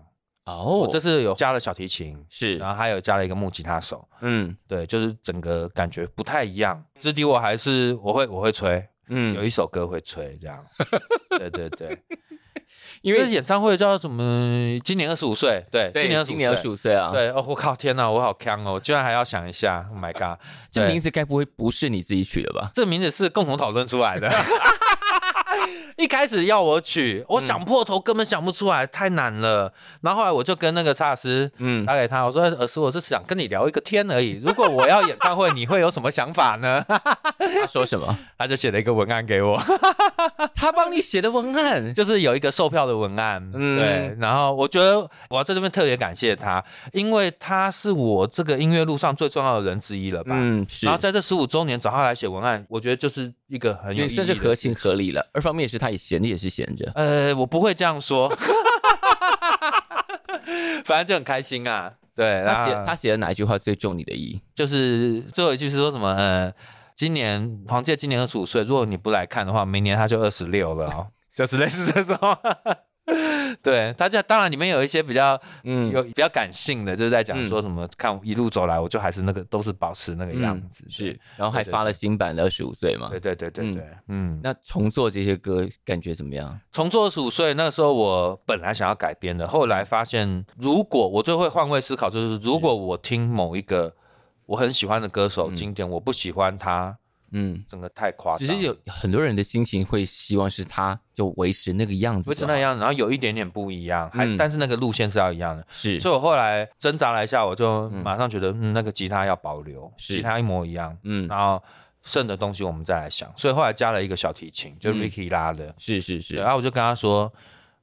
A: 哦
B: 我，这啊次有加了小提琴，
A: 是
B: 然，后还有加了一个木吉他手，
A: 嗯
B: 对，就是整个感觉不太一样。直笛我还是我会我会吹，有
A: 嗯，
B: 一首歌会吹这 样。对对对，
A: 因
B: 这
A: 为
B: 演唱会叫什么？今年二十五岁，对，
A: 对
B: 今年
A: 今年
B: 二
A: 二
B: 十
A: 十
B: 五岁。
A: 五岁啊，，
B: 对哦，我靠！天哪，我好强哦！居然还要想一下，Oh my god！
A: 这名
B: 字
A: 字该不会不是你自己取的吧？
B: 这名字是共同讨论出来的。 一开始要我取，我想破头根本想不出来，太难了。然后后来我就跟那个查尔斯
A: 嗯，
B: 打给他，我说：“尔斯，我只是想跟你聊一个天而已。如果我要演唱会，你会有什么想法呢
A: 他说什么？？”
B: 他就写了一个文案给我。
A: 他帮你写的文案，
B: 就是有一个售票的文案，
A: 嗯
B: 对，然后我觉得我要在这边特别感谢他，因为他是我这个音乐路上最重要的人之一了吧。
A: 嗯，是
B: 然，后在这十五周年找他来写文案，我觉得就是一个很有
A: 也
B: 意义的
A: 算是合情合理了。二方面也是他也闲着也是闲 着，
B: 呃，我不会这样说， 反正就很开心啊。对，
A: 他写
B: 然后
A: 他写的哪一句话最中你的意？
B: 就是最后一句是说什么？呃，今年黄玠今年二十五岁，如果你不来看的话，明年他就二十六了、哦， 就是类似这种。 对，他就当然里面有一些比较
A: 嗯，
B: 有比较感性的，就是在讲
A: 嗯
B: 说什么、看我一路走来，我就还是那个都是保持那个样
A: 嗯
B: 子。
A: 是，然后还
B: 对对
A: 发了新版的二十五岁嘛
B: 对，对对对对，嗯。那
A: 那重做这些歌感觉怎么样？
B: 重做二十五岁那个时候，我本来想要改编的，后来发现，如果我最会换位思考，就是如果我听某一个我很喜欢的歌手经典，我不喜欢他，
A: 嗯，
B: 整个太夸张。
A: 只是有很多人的心情会希望是他就维持那个样子，
B: 维持那，样，然后有一点点不一样，还是、
A: 嗯
B: 但是那个路线是要一样的。
A: 是
B: 所以我后来嗯挣扎了一下，我就马上觉得，嗯，那个吉他要保留，
A: 是
B: 吉他一模一样，
A: 嗯
B: 然后剩的东西我们再来想。所以后来加了一个小提琴，就
A: 嗯
B: Ricky 拉的。
A: 是是
B: 对
A: 是，
B: 然后我就跟他说，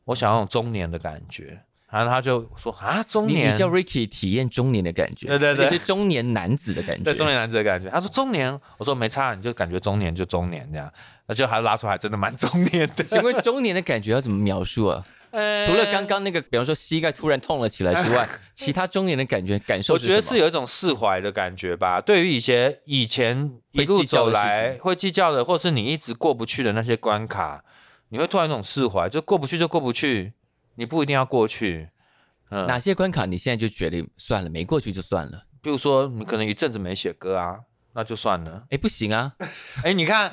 B: 我想要有中年的感觉。然后他就说啊，中
A: 你
B: 年
A: 你叫 Ricky 体验中年的感觉，
B: 对对对
A: 而且是中年男子的感觉，
B: 对中年男子的感觉。他说中年，我说没差，你就感觉中年就中年这样。那就还拉出来，真的蛮中年的。
A: 请问中年的感觉要怎么描述啊？
B: 呃
A: 除了
D: 呃
A: 刚刚那个，比方说膝盖突然痛了起来之 外，其他中年的感觉感受，
B: 我觉得是，有一种释怀的感觉吧。对于一些以前一路
A: 会计较
B: 走
A: 的事
B: 来
A: 情
B: 会计较的，或是你一直过不去的那些关卡，你会突然有一种释怀，就过不去就过不去，你不一定要过去。嗯，
A: 哪些关卡你现在就决定算了，没过去就算了。
B: 比如说你可能一阵子没写歌啊，那就算了。
A: 哎，不行啊，
B: 哎，你看，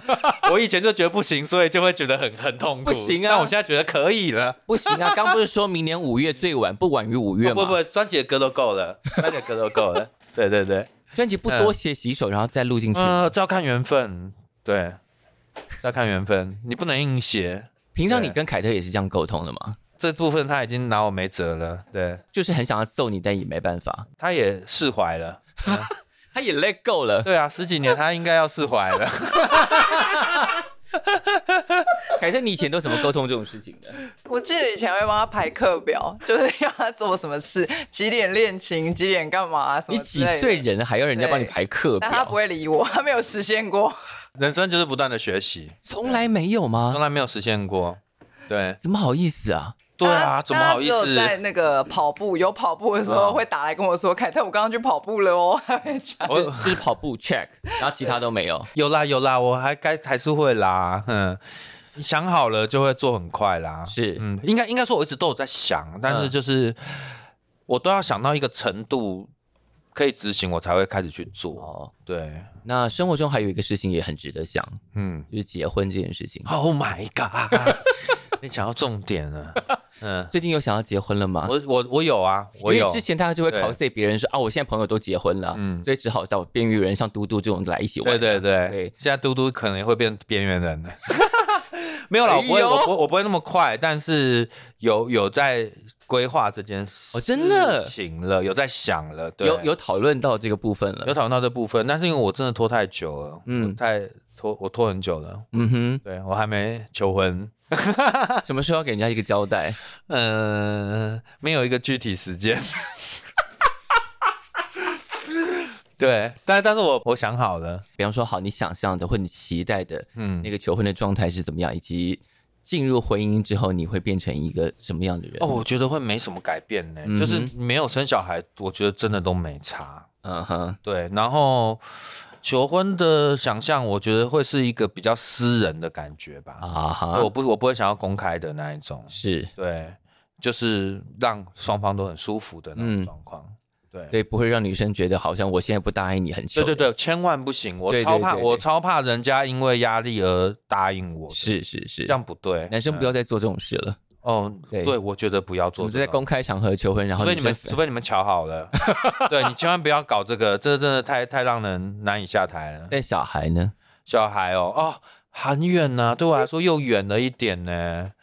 B: 我以前就觉得不行，所以就会觉得很很痛苦。
A: 不行啊
B: 但我现在觉得可以了。
A: 不行啊！ 刚不是说明年五月最晚不晚于五月
B: 不
A: 吗？
B: 哦不不，专辑的歌都够了，专辑的歌都够了。对对对，
A: 专辑不多写几首，然后再录进去。
B: 呃，这要看缘分，对，要看缘分，你不能硬写。
A: 平常你
B: 对
A: 跟凯特也是这样沟通的吗？
B: 这部分他已经拿我没辙了，对，
A: 就是很想要揍你，但也没办法。
B: 他也释怀了。
A: 他也 let go 了，
B: 对啊，十几年他应该要释怀了。
A: 凯特，你以前都怎么沟通这种事情的？
D: 我记得以前会帮他排课表， 就是要他做什么事，几点练琴，几点干嘛，什
A: 你
D: 么
A: 几
D: 之类的
A: 岁？人还要人家帮你排课
D: 但他不
A: 表？
D: 会理我， 他没有实现过。
B: 人生就是不断的学习，
A: 从来没有
B: 从
A: 吗？
B: 来没有实现过。对
A: 怎么好意思啊？
B: 对啊，
D: 他
B: 怎么好意
D: 他只有在
B: 思？
D: 那个跑步有跑步的时候
B: 嗯
D: 会打来跟我说：“凯特，我刚刚去跑步了哦。” 他会讲。
A: 我就是跑步 check，然后其他都没有。
B: 有啦有啦，我还该还是会啦，嗯，想好了就会做很快啦。
A: 是
B: 嗯，应该应该说我一直都有在想，但是
A: 嗯
B: 就是、我都要想到一个程度可以执行，我才会开始去做。
A: 哦，
B: 对，
A: 那生活中还有一个事情也很值得想，
B: 嗯
A: 就是结婚这件事情。
B: ，Oh my god，你讲到重点了。嗯，
A: 最近有想要结婚了吗？
B: 我我我有啊，我
A: 因
B: 有
A: 为之前大家就会
B: 对
A: cos 别人说啊，我现在朋友都结婚了，
B: 嗯
A: 所以只好找边缘人像嘟嘟这种来一起玩。
B: 对对对，
A: 对
B: 现在嘟嘟可能会变边 缘人了。没有啦，
A: 哎呦
B: 我不会，我不会，我不会那么快，但是有有在规划这件事，
A: 哦真的
B: 行了，有在想了，对，
A: 有有讨论到这个部分
B: 有
A: 了。
B: 讨论到这部分，但是因为我真的拖太久了，
A: 嗯
B: 嗯，太拖我拖很久了，
A: 嗯
B: 对我还没求婚，
A: 哼，什么时候要给人家一个交代？
B: 嗯、没有一个具体 时间。对，但但是我我想好了，
A: 比方说，好，你想象的或你期待的
B: 嗯
A: 那，个求婚的状态是怎么样，以及进入婚姻之后你会变成一个什么样的人？
B: 哦，，我觉得会没什么改变呢、
A: 嗯嗯哼
B: 就是没有生小孩，我觉得真的都没差。
A: 嗯哼，
B: 对，然后求婚的想象，我觉得会是一个比较私人的感觉吧。
A: 啊
B: 对我
A: 哈，
B: 不，我不会想要公开的那一种。
A: 是
B: 对，就是让双方都很舒服的那
A: 嗯
B: 种状况。对。
A: 对，不会让女生觉得好像我现在不答应你很糗。
B: 对对对，千万不行！我
A: 对对
B: 超怕，
A: 对对
B: 我超怕人家因为压力而答应我的，
A: 是是是
B: 这，样不对。
A: 男生不要再做这种事了。
B: 嗯哦，
A: 对
B: 对，我觉得不要
A: 我
B: 做
A: 们
B: 这
A: 就
B: 种。
A: 在公开场合求婚，然后
B: 除非你们，
A: 女生
B: 除非你们瞧好了，对你千万不要搞这个，这真的太太让人难以下台了。
A: 但小孩呢？
B: 小孩哦，哦，很远呢、对我来说又远了一点呢。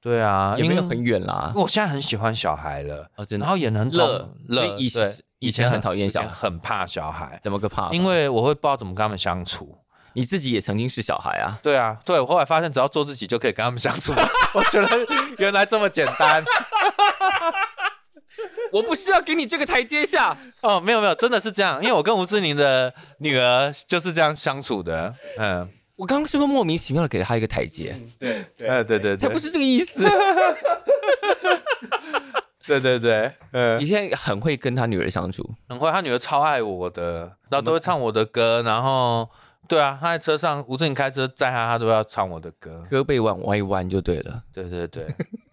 B: 对啊，
A: 也
B: 因
A: 没
B: 为
A: 有很远啦。
B: 我现在很喜欢小孩了，
A: 哦，真的
B: 然。后也能
A: 乐
B: 乐，
A: 以
B: 对
A: 以前很讨厌小孩
B: 以前很怕小孩，
A: 怎么个怕？
B: 因为我会不知道怎么跟他们相处。
A: 你自己也曾经是小孩啊。
B: 对啊，对我后来发现，只要做自己就可以跟他们相处。 我觉得原来这么简单
A: 我不是要给你这个台阶 下，
B: 哦，没有没有，真的是这样，因为我跟吴志宁的女儿就是这样相处的，嗯。
A: 我刚刚是不是莫名其妙的给了他一个台阶？
C: 对
B: 哎，对对
A: 才
B: 对，
A: 不是这个意 思。
B: 对对对，嗯，
A: 你现在很会跟他女儿相处，
B: 很会，他女儿超爱我的，然后都会唱我的歌，然后对啊，他在车上，吴镇宇开车载他，他都要唱我的歌，
A: 胳膊往外弯就对了。
B: 对对对，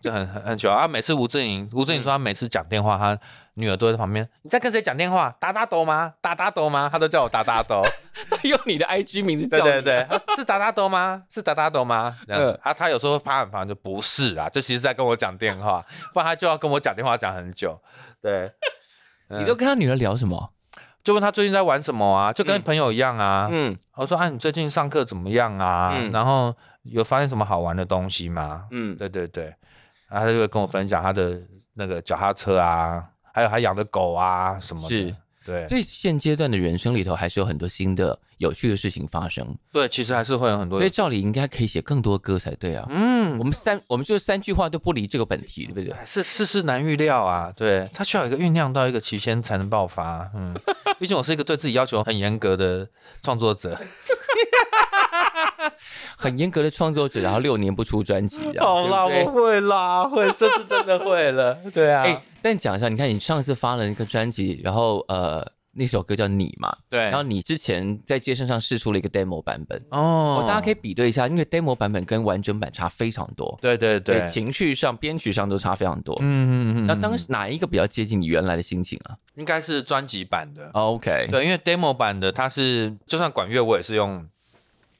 B: 就很很很喜欢。啊，每次吴镇宇，吴镇宇说他每次讲电话，他女儿都会在旁边，你在跟谁讲电话？打打斗吗？打打斗吗？他都叫我打打斗，
A: 他用你的 IG 名字
B: 对
A: 叫你啊
B: 对对，他是打打斗 吗？是打打斗吗？这样
A: 嗯
B: 子，他他有时候会趴很旁就不是啊，就其实在跟我讲电 话，不然他就要跟我讲电话讲很久，对。
A: 你都跟他女儿聊什么？
B: 就问他最近在玩什么啊，就跟
A: 嗯
B: 朋友一样啊。
A: 嗯
B: 我说啊，你最近上课怎么样啊？
A: 嗯
B: 然后有发现什么好玩的东西吗？
A: 嗯，
B: 对对对，然后他就会跟我分享他的那个脚踏车啊，还有他养的狗啊什么的。
A: 是
B: 对
A: 所以现阶段的人生里头还是有很多新的有趣的事情发生，
B: 对，其实还是会有很多
A: 所以照理应该可以写更多歌才对啊。
B: 嗯
A: 我，们三我们就三句话都不离这个本题，对不对？
B: 是世事难预料啊，对，它需要有一个酝酿到一个期限才能爆发。嗯，毕竟我是一个对自己要求很严格的创作者。
A: 很严格的创作者，然后六年不出专辑啊，
B: 好啦，
A: 对
B: 我
A: 不对
B: 会啦，会，这次真的会了。对啊，
A: 哎、但讲一下，你看你上次发了一个专辑，然后呃，那首歌叫《你》嘛，
B: 对，
A: 然后你之前在街上上试出了一个 demo 版本，
B: 哦
A: 哦，大家可以比对一下，因为 demo 版本跟完整版差非常多，
B: 对对对，
A: 情绪上、编曲上都差非常多。
B: 嗯嗯嗯，
A: 那当时哪一个比较接近你原来的心情啊
B: 应该是专辑版的。
A: ？OK，
B: 对，因为 demo 版的它是就算管乐我也是用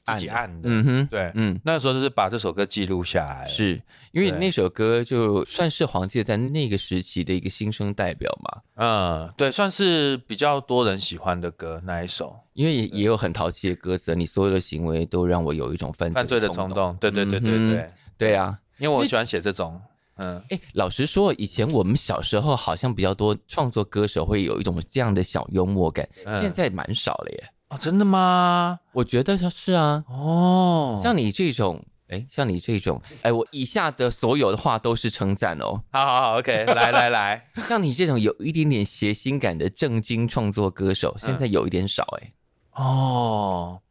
B: 自己按的，
A: 嗯哼，
B: 对，
A: 嗯，
B: 那时候就是把这首歌记录下来，，
A: 是因为
B: 对
A: 那首歌就算是黄玠在那个时期的一个新生代表嘛，
B: 嗯，对，算是比较多人喜欢的歌那一首，
A: 因为也也有很淘气的歌词，你所有的行为都让我有一种犯
B: 犯罪的
A: 冲
B: 冲。动，对对对对
A: 嗯
B: 对，
A: 对啊，
B: 因为我喜欢写这种，嗯，
A: 哎，老实说，以前我们小时候好像比较多创作歌手会有一种这样的小幽默感，
B: 嗯
A: 现在蛮少了耶。
B: 哦，真的吗？
A: 我觉得是啊，
B: 哦，
A: 像你这种，哎，像你这种，哎，我以下的所有的话都是称赞 哦。
B: 好好好，OK，来来来，
A: 像你这种有一点点谐星感的正经创作歌手，
B: 嗯
A: 现在有一点少哎。
B: 哦，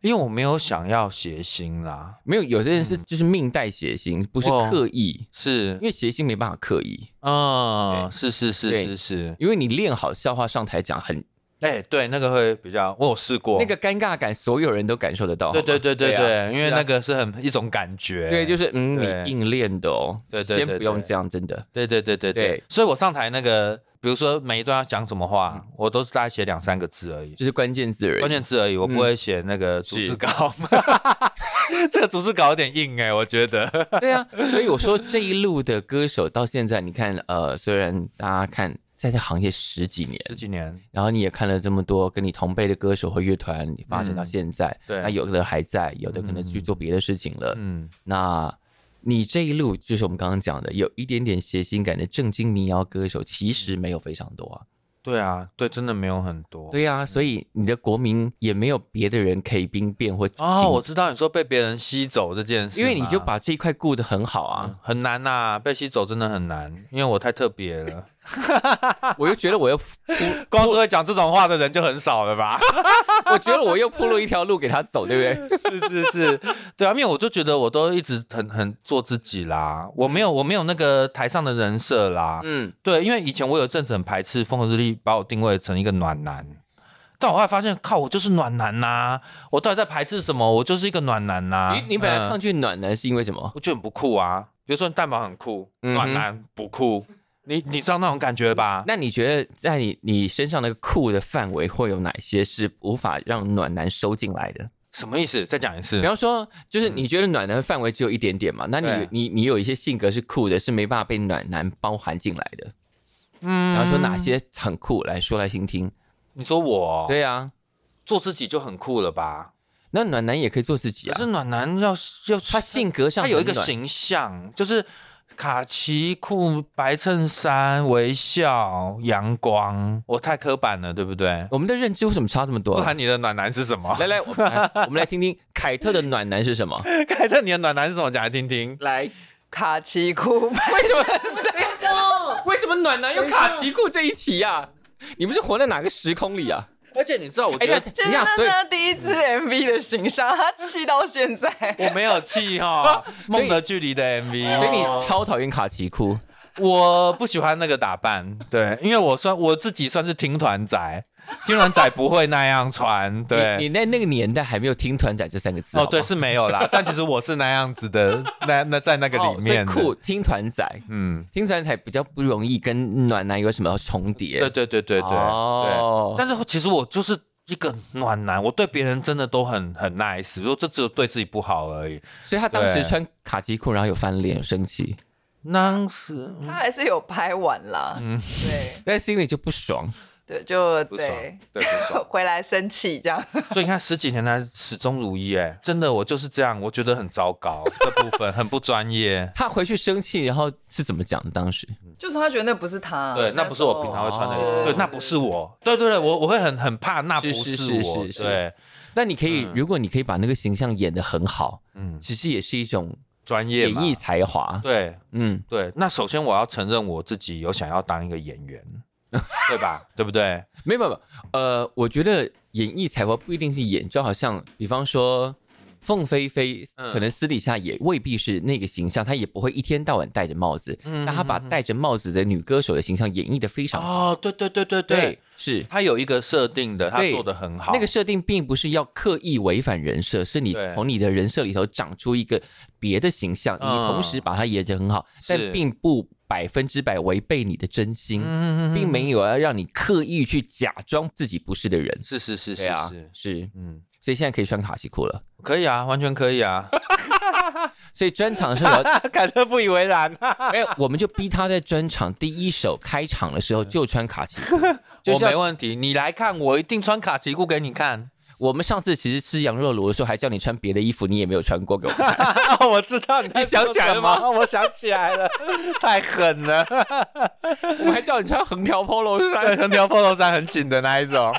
B: 因为我没有想要谐星啦，
A: 没有，有些人是就是命带谐星，不是
B: 嗯哦
A: 刻意，
B: 是
A: 因，为谐星没办法刻意，
B: 嗯，是是是
A: 对
B: 是是，
A: 因为你练好笑话上台讲很，
B: 哎、对，那个会比较，我有试过
A: 那个。尴尬感，所有人都感受得到。
B: 哦
A: 好
B: 对对
A: 吗
B: 对对对，
A: 对啊
B: 因为那个是很一种感觉。
A: 对，就是嗯，
B: 对
A: 你硬练的哦，
B: 对对对
A: 先不用
B: 对
A: 这样，真的。
B: 对对对对
A: 对
B: 对。所以我上台那个，比如说每一段要讲什么话，我都是大概写两三个字而已，
A: 就是关键字而已。
B: 关键字而已，我不会写那个逐字稿。 这个逐字稿有点硬哎、我觉得。
A: 对啊，所以我说这一路的歌手到现在，你看，呃，虽然大家看在这行业十几年，
B: 十几年，
A: 然后你也看了这么多跟你同辈的歌手和乐团发展到现在，
B: 嗯对
A: 那有的还在，有的可能去做别的事情了。
B: 嗯，
A: 那你这一路就是我们刚刚讲的，有一点点谐星感的正经民谣歌手，
B: 嗯
A: 其实没有非常多啊。
B: 对啊，对，真的没有很多。
A: 对啊，所以你的国民也没有别的人可以兵变或
B: 哦，我
A: 请
B: 知道你说被别人吸走这件事嘛，
A: 因为你就把这一块顾得很好啊。
B: 啊很难呐、被吸走真的很难，因为我太特别 了。嗯
A: 我又觉得我又，
B: 光是会讲这种话的人就很少了吧？
A: 我觉得我又铺了一条路给他走，对不对？
B: 是是是，对啊，因为我就觉得我都一直很很做自己啦，我没有我没有那个台上的人设啦，
A: 嗯，
B: 对，因为以前我有一阵子很排斥《风和日丽》，把我定位成一个暖男，但我后来发现，靠，我就是暖男呐、我到底在排斥什么？我就是一个暖男呐、
A: 你你本来抗
B: 嗯
A: 拒暖男是因为什么？
B: 我觉得很不酷啊，比如说蛋堡很酷，
A: 嗯哼
B: 暖男不酷，你你知道那种感觉吧？
A: 那你觉得在你你身上那个酷的范围会有哪些是无法让暖男收进来的？
B: 什么意思？再讲一次
A: 比。方说，就是你觉得暖男的范围只有一点点嘛？那你
B: 嗯对
A: 你你有一些性格是酷的，是没办法被暖男包含进来的。嗯，然后说哪些很酷，来说来听听。
B: 你说我
A: 对啊，
B: 做自己就很酷了吧？
A: 那暖男也可以做自己
B: 可是
A: 啊，
B: 暖男要要
A: 他性格上
B: 他有一
A: 很
B: 个
A: 暖
B: 形象，就是卡其裤、白衬衫、微笑、阳光。我太刻板了，对不对？
A: 我们的认知为什么差这么多
B: 不
A: 啊？
B: 然你的暖男是 什么？
A: 来来，我们来我们来听听凯特的暖男是什么？
B: 凯特，你的暖男是什么？讲来听听。
A: 来，
D: 卡 其裤，
A: 为什么？ 为什么暖男有卡其裤这一题啊？你们是活在哪个时空里啊？
B: 而且你知道，我
A: 哎、
B: 觉
A: 那
B: 得
A: 等
D: 这
A: 一
D: 是
A: 下，
D: 那
A: 所
D: 是
A: 以
D: 他第一支 MV 的形象，他气到现在。
B: 我没有气哈，《
A: 所以
B: 梦的距离》的 MV，
A: 所以你超讨厌卡其裤，
B: 哦我不喜欢那个打扮，对，因为我算我自己算是听团仔，听团仔不会那样穿，
A: 你你
B: 对。
A: 在那个年代还没有“听团仔”这三个字
B: 哦，
A: 好
B: 对，
A: 吗
B: 是没有 啦，但其实我是那样子的，那那在那个
A: 哦
B: 里面的
A: 所以酷听团仔，
B: 嗯，
A: 听团仔比较不容易跟暖男有什么重叠。
B: 对对对对对，对。
A: 哦，
B: 但是其实我就是一个暖男，我对别人真的都很很 nice，我就只有对自己不好而已。
A: 所以他当时
B: 对
A: 穿卡其裤，然后有翻脸，有生气，
B: 当时嗯
D: 他还是有拍完啦，对，
A: 但心里就不爽。
D: 对，就
B: 不爽，嗯对，不
D: 对，
B: 爽。
D: 回来生气这样。
B: 所以你看，十几年来始终如一，哎，真的，我就是这样，我觉得很糟糕，这部分很不专业。
A: 他回去生气，然后是怎么讲的？当时
D: 就是他啊觉得那不是他，
B: 对，那不是我
D: 时候
B: 平常会穿的，
A: 哦
B: 对，那不是我，对对对，我我会很很怕，那不
A: 是是
B: 是我，
A: 是是
B: 对，
A: 那你可以，
B: 嗯
A: 如果你可以把那个形象演得很好，
B: 嗯，
A: 其实也是一种
B: 专业
A: 演
B: 嘛，
A: 绎才华。
B: 对
A: 嗯，
B: 对。那首先我要承认我自己有想要当一个演员，对吧？对不对？
A: 没有没有，没有呃，我觉得演绎才华不一定是演，就好像比方说凤飞飞，
B: 嗯
A: 可能私底下也未必是那个形象，她也不会一天到晚戴着帽子，
B: 嗯
A: 但她把戴着帽子的女歌手的形象演绎的非常好。
B: 哦，对对对对对，，
A: 是
B: 他有一个设定的，他
A: 对
B: 做的很好，
A: 那个设定并不是要刻意违反人设，是你
B: 对
A: 从你的人设里头长出一个别的形象，你
B: 嗯
A: 同时把它演得很好，但
B: 是
A: 并不百分之百违背你的真心，
B: 嗯
A: 并没有要让你刻意去假装自己不是的人。
B: 是是是是
A: 对啊
B: 是，，
A: 是，
B: 嗯，
A: 所以现在可以穿卡其裤了。
B: 可以啊，完全可以啊。
A: 所以专场的时 候，
B: 啊，凯特不以为然、啊。
A: 没有，我们就逼他在专场第一首开场的时候就穿卡 其裤，就
B: 嗯我
A: 是要
B: 没问题，你来看，我一定穿卡其裤给你看。
A: 我们上次其实吃羊肉炉的时候，还叫你穿别的衣服，你也没有穿过给我看。
B: 我知道你在
A: 你想
B: 说
A: 起来
B: 什
A: 了吗
B: 么？我想起来了，太狠了！
A: 我还叫你穿横条 polo
B: 对，
A: 衫，
B: 横条 polo 衫很紧的那一 种，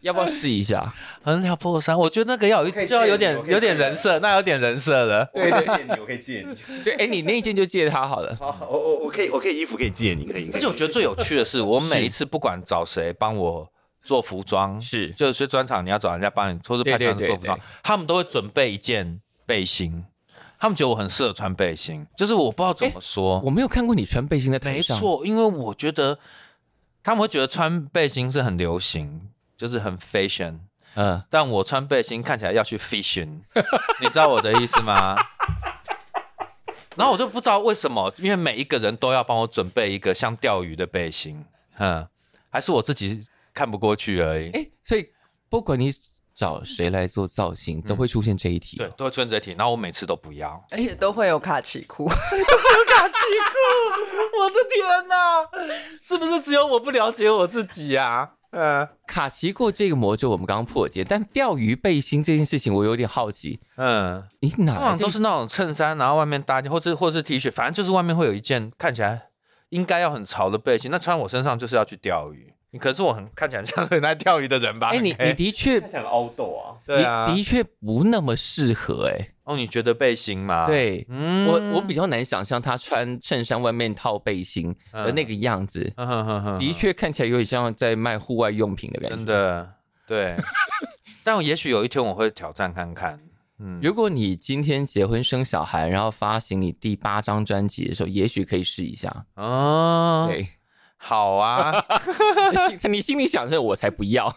A: 要不要试一下？
B: 横条 polo 衫，我觉得那个要有
C: 可
B: 一
C: 以
B: 就要有
C: 借你
B: 点
C: 我可以
B: 有点
C: 借你
B: 人设，那有点人设了。
C: 我可以借你，我可以借你。
A: 对，哎，你那一件就借他好了。
C: 好，好我我我可以，我可以衣服可以借你，可以。可以
B: 而且我觉得最有趣的是， 我每一次不管找谁帮我做服装，
A: 是
B: 就是去专场你要找人家帮你，或是
A: 对
B: 派
A: 对
B: 团做服装
A: 对，
B: 他们都会准备一件背心，他们觉得我很适合穿背心，就是我不知道怎么说，
A: 我没有看过你穿背心在台
B: 没
A: 上，，
B: 错，因为我觉得他们会觉得穿背心是很流行，就是很 fashion，
A: 嗯，
B: 但我穿背心看起来要去 fashion，你 知道我的意思吗？然后我就不知道为什么，因为每一个人都要帮我准备一个像钓鱼的背心，嗯，还是我自己看不过去而已。
A: 哎，所以不管你找谁来做造型，都会出现这一题。
B: 嗯
A: 哦
B: 对，，都会穿这题，然后我每次都不要。
D: 而且都会有卡其裤，
B: 我的天哪，是不是只有我不了解我自己啊？嗯
A: 卡其裤这个魔咒我们刚刚破解，但钓鱼背心这件事情我有点好奇，
B: 嗯，
A: 你哪
B: 通
A: 来
B: 常
A: 这
B: 都是那种衬衫，然后外面搭一件，或者或者是 T 恤，反正就是外面会有一件看起来应该要很潮的背心，那穿我身上就是要去钓鱼。你可是我很看起来像很爱钓鱼的人吧？
A: 哎，你
B: 很
A: 你
B: 黑
A: 的确，
C: 看起来很凹痘啊，
B: 对啊，
A: 你的确不那么适合哎。
B: 哦，你觉得背心吗？，
A: 对
B: 嗯
A: 我我比较难想象他穿衬衫外面套背心的那个样子，
B: 嗯哼哼哼
A: 的确看起来有点像在卖户外用品的感觉。
B: 真的 对，但我也许有一天我会挑战看看。嗯，
A: 如果你今天结婚生小孩，然后发行你第八张专辑的时候，也许可以试一下。
B: 哦，
A: 对，
B: 好啊，
A: 心你心里想着我才不要。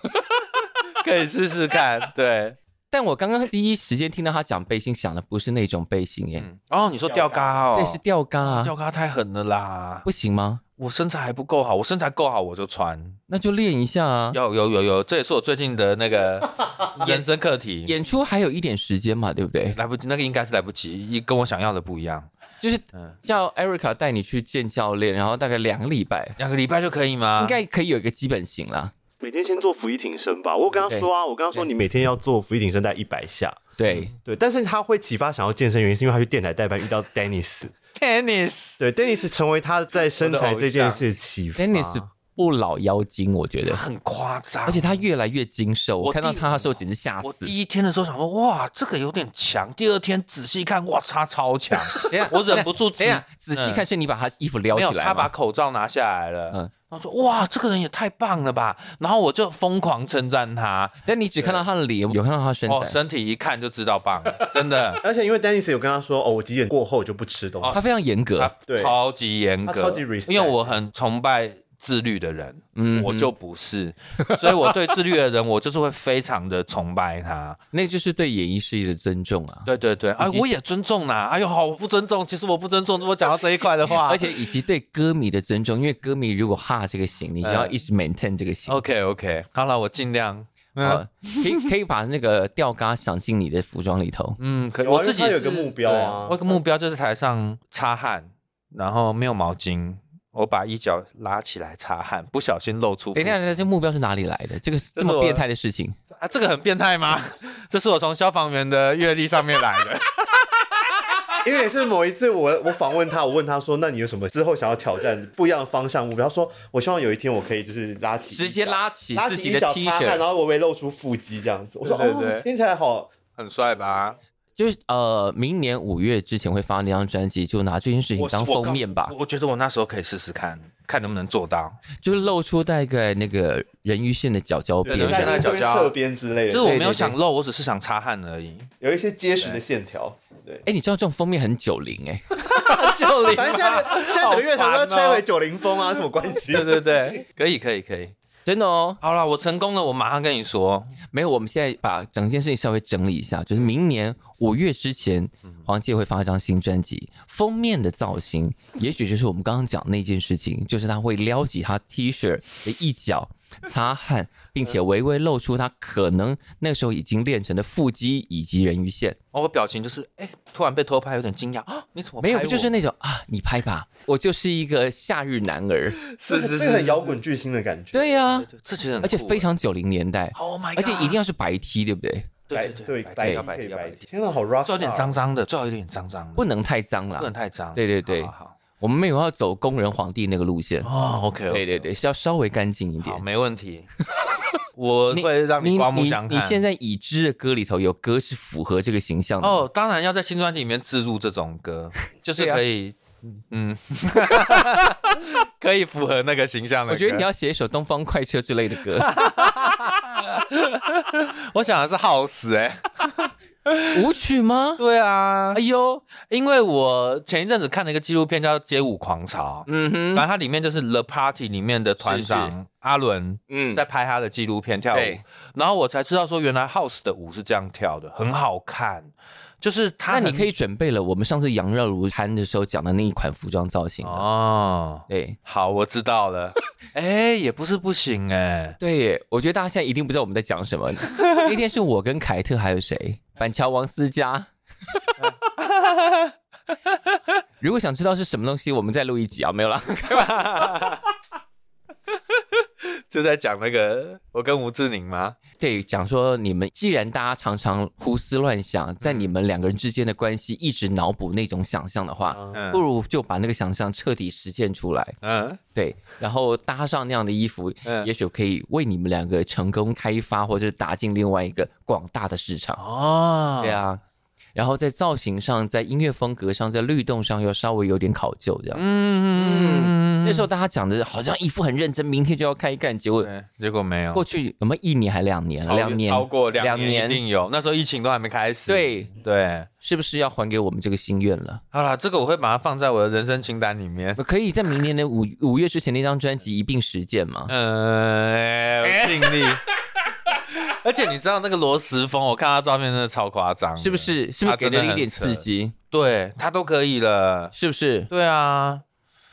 B: 可以试试看。对，
A: 但我刚刚第一时间听到他讲背心，想的不是那种背心耶，
B: 嗯，哦，你说吊嘎哦，
A: 对，是吊嘎啊，
B: 吊嘎太狠了啦！
A: 不行吗？
B: 我身材还不够好，我身材够好我就穿。
A: 那就练一下啊。
B: 有有有有，这也是我最近的 那个人生课题。
A: 演出还有一点时间嘛，对不对？
B: 来不及，那个应该是来不及，一跟我想要的不一样。
A: 就是
B: 嗯
A: 叫 Erica 带你去见教练，然后大概两个礼拜，
B: 两个礼拜就可以吗？
A: 应该可以有一个基本型啦。
C: 每天先做俯卧挺身吧。我有跟他说啊，我跟他说
A: 对
C: 你每天要做俯卧挺身带一百下。
A: 对，
C: 对，但是他会启发想要健身，原因是因为他去电台代班遇到 Dennis，
B: tennis
C: 对，Dennis 成为他在身材这件事启
B: 嗯
C: 发。
A: Dennis
B: 啊
A: 不老妖精，我觉得，
B: 很夸张，
A: 而且他越来越精瘦，我
B: 啊我
A: 看到
B: 第
A: 他的时候简直吓
B: 我
A: 死。
B: 第一天的时候想说，哇，这个有点强。第二天仔细看，哇，他超强，
A: 等一下
B: 我忍不住
A: 等一下，哎仔细看是你把他衣服撩
B: 没有，
A: 起来
B: 他把
A: 吗？
B: 口罩拿下来了。
A: 嗯
B: 然后说哇，这个人也太棒了吧！然后我就疯狂称赞他，
A: 但你只看到他的脸，有看到他身
B: 哦，
A: 材，
B: 身体一看就知道棒，真的。
C: 而且因为 Dennis 有跟他说，哦，我几点过后就不吃东西。
A: 他非常严格
B: 啊他。
C: 对
B: 超级严格，
C: 他超级 respect
B: 因为我很崇拜自律的人，
A: 嗯
B: 我就不是，所以我对自律的人，我就是会非常的崇拜他。
A: 那就是对演艺事业的尊重啊，
B: 对对对，哎，
A: 以及
B: 我也尊重啦。哎呦，好，我不尊重，其实我不尊重。如果讲到这一块的话，
A: 而且以及对歌迷的尊重，因为歌迷如果哈这个型，你就
B: 呃
A: 要一直 maintain 这个型。
B: ，OK OK，好了，我尽量。
A: 好可以可以把那个吊嘎想进你的服装里头。
B: 嗯，可以。
C: 有啊
B: 我自己
C: 因为他有
B: 是
C: 个目标啊
B: 对我有个目标就是台上擦汗，然后没有毛巾，我把衣角拉起来擦汗，不小心露出腹
A: 等
B: 肌。
A: 一下，等一下，这目标是哪里来的？这个这
B: 是
A: 么
B: 我
A: 变态的事情，
B: 啊，这个很变态吗？ 这是我从消防员的阅历上面来的。
C: 因为也是某一次我我访问他，我问他说：“那你有什么之后想要挑战不一样的方向目标？”他说：“我希望有一天我可以就是拉起
A: 直接拉起
C: 拉
A: 自己
C: 起一
A: 的
C: 角
A: T
C: 擦汗，
A: 恤，
C: 然后微微露出腹肌这样子。”我说：“
B: 对对对
C: 哦，听起来好。
B: 很帅吧？
A: 就是呃，明年五月之前会发那张专辑，就拿这件事情
B: 我
A: 当
B: 我
A: 封面吧
B: 我，我觉得我那时候可以试试看，看能不能做到。
A: 就是露出大概那个人鱼线的角角边
B: 对”人鱼
C: 在
B: 线
A: 缘。
B: 的
C: 这
B: 角
C: 边
B: 角
C: 侧边之类
B: 就
C: 的，
B: 是我没有想
A: 对
B: 露，我只是想擦汗而已。
C: 有一些结实的 线条。对，
A: 哎，你知道这种封面很九零哎，
B: 就
C: 反正现在 的现在整个乐坛都在吹回九零风啊，什么关系？
B: 哦对对对，可以可以可以。
A: 真的哦。
B: 好了，我成功了，我马上跟你说。
A: 没有，我们现在把整件事情稍微整理一下，就是明年五月之前，黄玠会发一张新专辑，封面的造型也许就是我们刚刚讲那件事情，就是他会撩起他 T 恤的一角擦汗，并且微微露出他可能那时候已经练成的腹肌以及人鱼线。
B: 哦，我表情就是，哎、突然被偷拍，有点惊讶啊！你怎么
A: 没有，
B: 拍
A: 不
B: 我
A: 就是那种啊，你拍吧，我就是一个夏日男儿。
B: 是是是
C: 这个很摇滚巨星的感觉。
A: 对呀、
B: 对对，这其实很酷啊
A: 而且非常九零年代，
B: ，Oh my，
A: 而且一定要是白 T，对不对？
B: 对
C: 白
B: 对
C: 白
B: 要
C: 天
B: 白
C: 可以
B: 天要
C: 白
B: 白
C: 天，
B: 天，
C: 天哪，好哦 rock，
B: 最好有点，脏脏的，最好有点脏脏的，
A: 不能太脏
B: 不能啊
A: 啦。
B: 太脏。
A: 对对对
B: 好好好
A: 我们没有要走工人皇帝那个路线。
B: 哦，OK，
A: 对对对，是要稍微干净一点
B: 好，。没问题， 我会让你刮目相
A: 你
B: 看。
A: 你现在已知的歌里头有歌是符合这个形象的
B: 哦
A: 哦，，
B: 当然要在新专辑里面置入这种 歌，就是
A: 对啊
B: 可以，嗯， 可以符合那个形象的歌。
A: 我觉得你要写一首《东方快车》之类的 歌，
B: 我想的是耗死哎、
A: 舞曲吗？
B: 对啊
A: 哎，呦，
B: 因为我前一阵子看了一个纪录片叫《街舞狂潮》，
A: 嗯
B: 然
A: 哼，
B: 后它里面就是《The Party》里面的团长
A: 是
B: 阿伦
A: 嗯
B: 在，拍他的纪录片跳舞
A: 对，
B: 然后我才知道说原来 House 的舞是这样跳的，很好看。就是他
A: 那
B: 很，
A: 你可以准备了我们上次羊肉炉摊的时候讲的那一款服装造型了。
B: 哦，
A: 对
B: 好，我知 道了。哎、也不是不行哎、
A: 对耶，我觉得大家现在一定不知道我们在讲 什么。那天是我跟凯特还有谁，板桥王思 佳。如果想知道是什么东西，我们再录一集啊，没有啦。
B: 就在讲那个我跟吴志宁吗？
A: 对，讲说你们既然大家常常胡思乱想，在你
B: 嗯
A: 们两个人之间的关系一直脑补那种想象的话，
C: 嗯
B: 嗯
A: 不如就把那个想象彻底实现出来。
B: 嗯
A: 对，然后搭上那样的衣服，
B: 嗯
A: 也许可以为你们两个成功开发，或者是打进另外一个广大的市场。
B: 哦，
A: 对，啊，然后在造型上、在音乐风格上、在律动上又稍微有点考究，这样。
B: 嗯
A: 那时
B: 候
A: 候大家讲的好像一副很认真，明天就要开干，结果
B: 对，结果没有
A: 过去有没有一年还两年？
B: 超
A: 两年
B: 超过两
A: 两
B: 年一定有，那时候疫情都还没开始。
A: 对，
B: 对，
A: 是不是要还给我们这个心愿了？
B: 好啦，这个我会把它放在我的人生清单 里面。
A: 可以在明年的五五月之前那张专辑一并实践吗？
B: 嗯，我尽力。 而且你知道那个罗时峰，我看他照片真的超夸张，
A: 是不？是？是不是
B: 啊
A: 给
B: 真
A: 了
B: 的
A: 你一
B: 很
A: 点
B: 扯
A: 刺激？
B: 对他都可以了。
A: 是不是？
B: 对啊，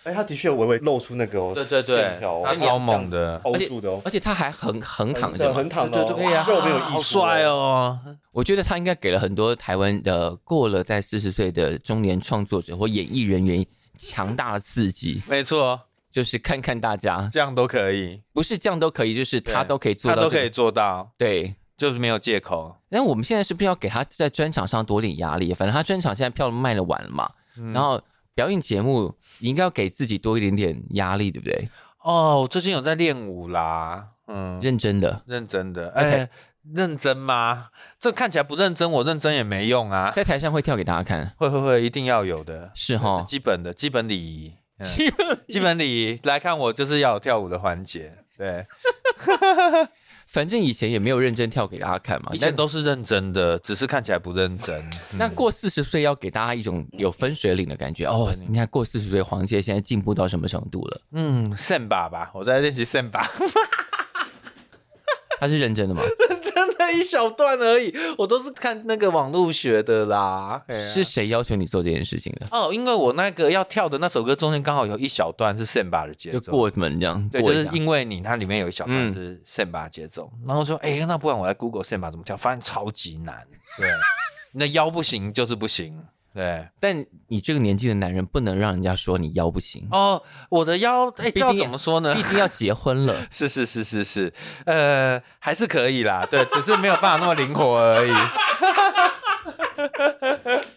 C: 哎，他的确微微露出那个哦
B: 对对
C: 线
B: 对
C: 条哦，，
B: 他超猛的，
C: 勾住的哦，
A: 而且他还横横躺
C: 对
A: 着嘛
C: 很，躺的哦，
A: 对啊
C: 肉没有
B: 好
C: 艺术，
B: 帅。哦。
A: 我觉得他应该给了很多台湾的过了在四十岁的中年创作者或演艺人员强大的刺激，
B: 没错，
A: 就是看看大家
B: 这样都可以，
A: 不是这样都可以，就是他
B: 对
A: 都可以做
B: 他
A: 到、
B: 都
A: 这
B: 可
A: 个
B: 以做到，
A: 对。
B: 就是没有借口。
A: 那我们现在是不是要给他在专场上多点压力？反正他专场现在票卖的完了嘛，
B: 嗯
A: 然后表演节目你应该要给自己多一点点压力，对不对？
B: 哦，我最近有在练舞啦，嗯，
A: 认真的，
B: 认真的，
A: 而
B: 哎、
A: 且
B: 认真吗？这看起来不认真，我认真也没用啊。
A: 在台上会跳给大家看，
B: 会会会，一定要有的，
A: 是哈。
B: 基本的基本礼仪，嗯
A: 基本
B: 哦基本礼仪来看我就是要有跳舞的环节。对，
A: 反正以前也没有认真跳给大家看嘛。
B: 以
A: 那
B: 前都嗯是认真的，只是看起来不认 真。
A: 那过四十岁要给大家一种有分水岭的感觉哦。你看过四十岁的黄玠现在进步到什么程度了？
B: 嗯，圣把吧，我在练习圣把，
A: 他是认真的吗？
B: 真的，一小段而已，我都是看那个网络学的啦。哎呀
A: 是谁要求你做这件事情的？
B: 哦，因为我那个要跳的那首歌中间刚好有一小段是圣把的节
A: 就
B: 奏，
A: 过门这样，
B: 对，
A: 过
B: 就
A: 一
B: 是
A: 下
B: 因为你它里面有一小段
A: 嗯
B: 是 samba 节奏，然后说，哎、那 不然我来 Google samba 怎么跳，发现超级难，对，你的腰不行就是不行，对，
A: 但你这个年纪的男人不能让人家说你腰不行，
B: 哦，我的腰，哎，
A: 毕
B: 这要
A: 竟
B: 怎么说呢。
A: 毕？竟要结婚了
B: 是是是是是，呃，还是可以啦，对，只 是没有办法那么灵活而已。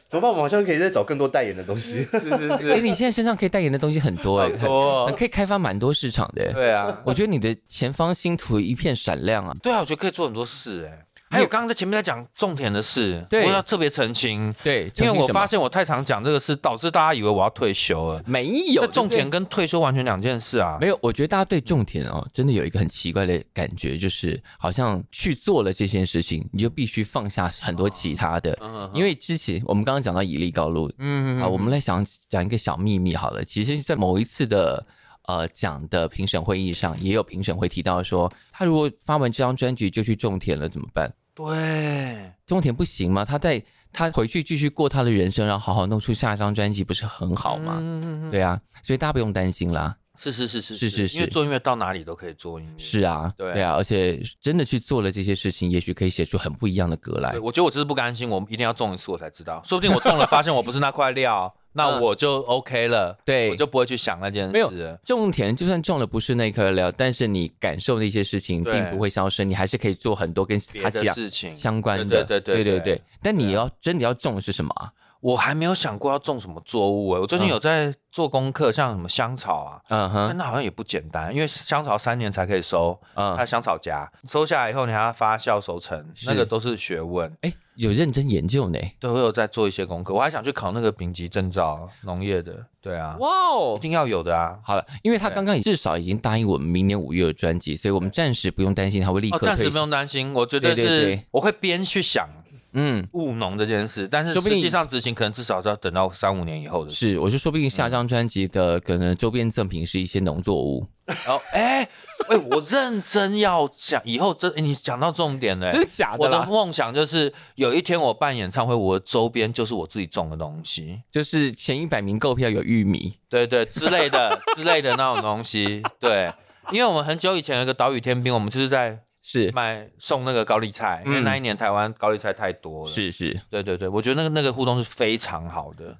C: 怎么办？我们好像可以再找更多代言的东西。
B: 是是
A: 哎、
B: 是，
A: 你现在身上可以代言的东西很多哎、
B: 很多
A: 很，可以开发蛮多市场的、哎
B: 对啊，
A: 我觉得你的前方星途一片闪亮啊！
B: 对啊，我觉得可以做很多事哎。
A: 你
B: 还有
A: 有
B: 刚刚在前面在讲重点的事，
A: 对
B: 我要特别澄清，
A: 对，
B: 因为我发
A: 现
B: 现我太常讲这个事，导致大家以为我要退休了。
A: 没有
B: 这种
A: 对
B: 田跟退休完全两件事啊。
A: 没有，我觉得大家对种田哦，真的有一个很奇怪的感觉，就是好像去做了这件事情，你就必须放下很多其他的。
B: 嗯
A: 因为之前我们刚刚讲到以利高路
B: 嗯
A: 啊，我们来想讲一个小秘密好了。其实，在某一次的呃讲的评审会议上，也有评审会提到说，他如果发完这张专辑就去种田了，怎么办？
B: 对，
A: 种田不行吗？他在他回去继续过他的人生，然后好好弄出下一张专辑，不是很好吗？
B: 嗯，
A: 对啊，所以大家不用担心啦。
B: 是是是是
A: 是是是
B: 因为做音乐到哪里都可以做音乐。
A: 是啊，
B: 对
A: 啊，而且真的去做了这些事情，也许可以写出很不一样的歌来
B: 对，。我觉得我就是不甘心，我一定要中一次我才知道，说不定我 中了，发现我不是那块料，那
A: 嗯
B: 我就 OK 了，
A: 对
B: 我就不会去想那件
A: 没有
B: 事了。
A: 种田就算种了不是那颗料，但是你感受的一些事情
B: 对
A: 并不会消失，你还是可以做很多跟
B: 别
A: 它其
B: 的
A: 他
B: 事情，
A: 相关的。
B: 对对对
A: 对
B: 对对啊
A: 但你要真的要种的是什么啊？
B: 我还没有想过要种什么作物哎、我最近
A: 嗯
B: 有在做功课，像什么香草啊，
A: 嗯
B: 但
A: 哼，
B: 那好像也不简单，因为香草三年才可以收，它
A: 嗯，
B: 香草荚收下来以后，你还要发酵熟成，
A: 是
B: 那个都是学问。
A: 哎，有认真研究呢。
B: 对，我有在做一些功课，我还想去考那个丙级证照，农业的。对啊，
A: 哇
B: 一
A: 哦！
B: 定要有的啊。
A: 好了，因为他刚刚也至少已经答应我们明年五月的专辑，所以我们暂时不用担心他会立
B: 哦，
A: 刻
B: 暂时
A: 退
B: 不
A: 休。
B: 用担心，我绝对
A: 对对
B: 是
A: 对
B: 我会边去想
A: 嗯，
B: 务农这件事，但是
A: 说不定
B: 实际上执行可能至少要等到三五年以后的事。
A: 是，我就说不定
B: 嗯
A: 下张专辑的可能周边赠品是一些农作物，
B: 然后，哎、哎、我认真要讲，以后真、哎你讲到重点了、
A: 真的假
B: 我
A: 的
B: 的
A: 啦？
B: 梦想就是有一天我办演唱会，我的周边就是我自己种的东西，
A: 就是前一百名购票有玉米，
B: 对对之类的 之类的那种东西。对，因为我们很久以前有一个岛屿天兵，我们就是在
A: 是
B: 卖送那个高丽菜，因为
A: 嗯
B: 那一年台湾高丽菜太多了。，
A: 是是，
B: 对对对，我觉得那个那个互动是非常好的，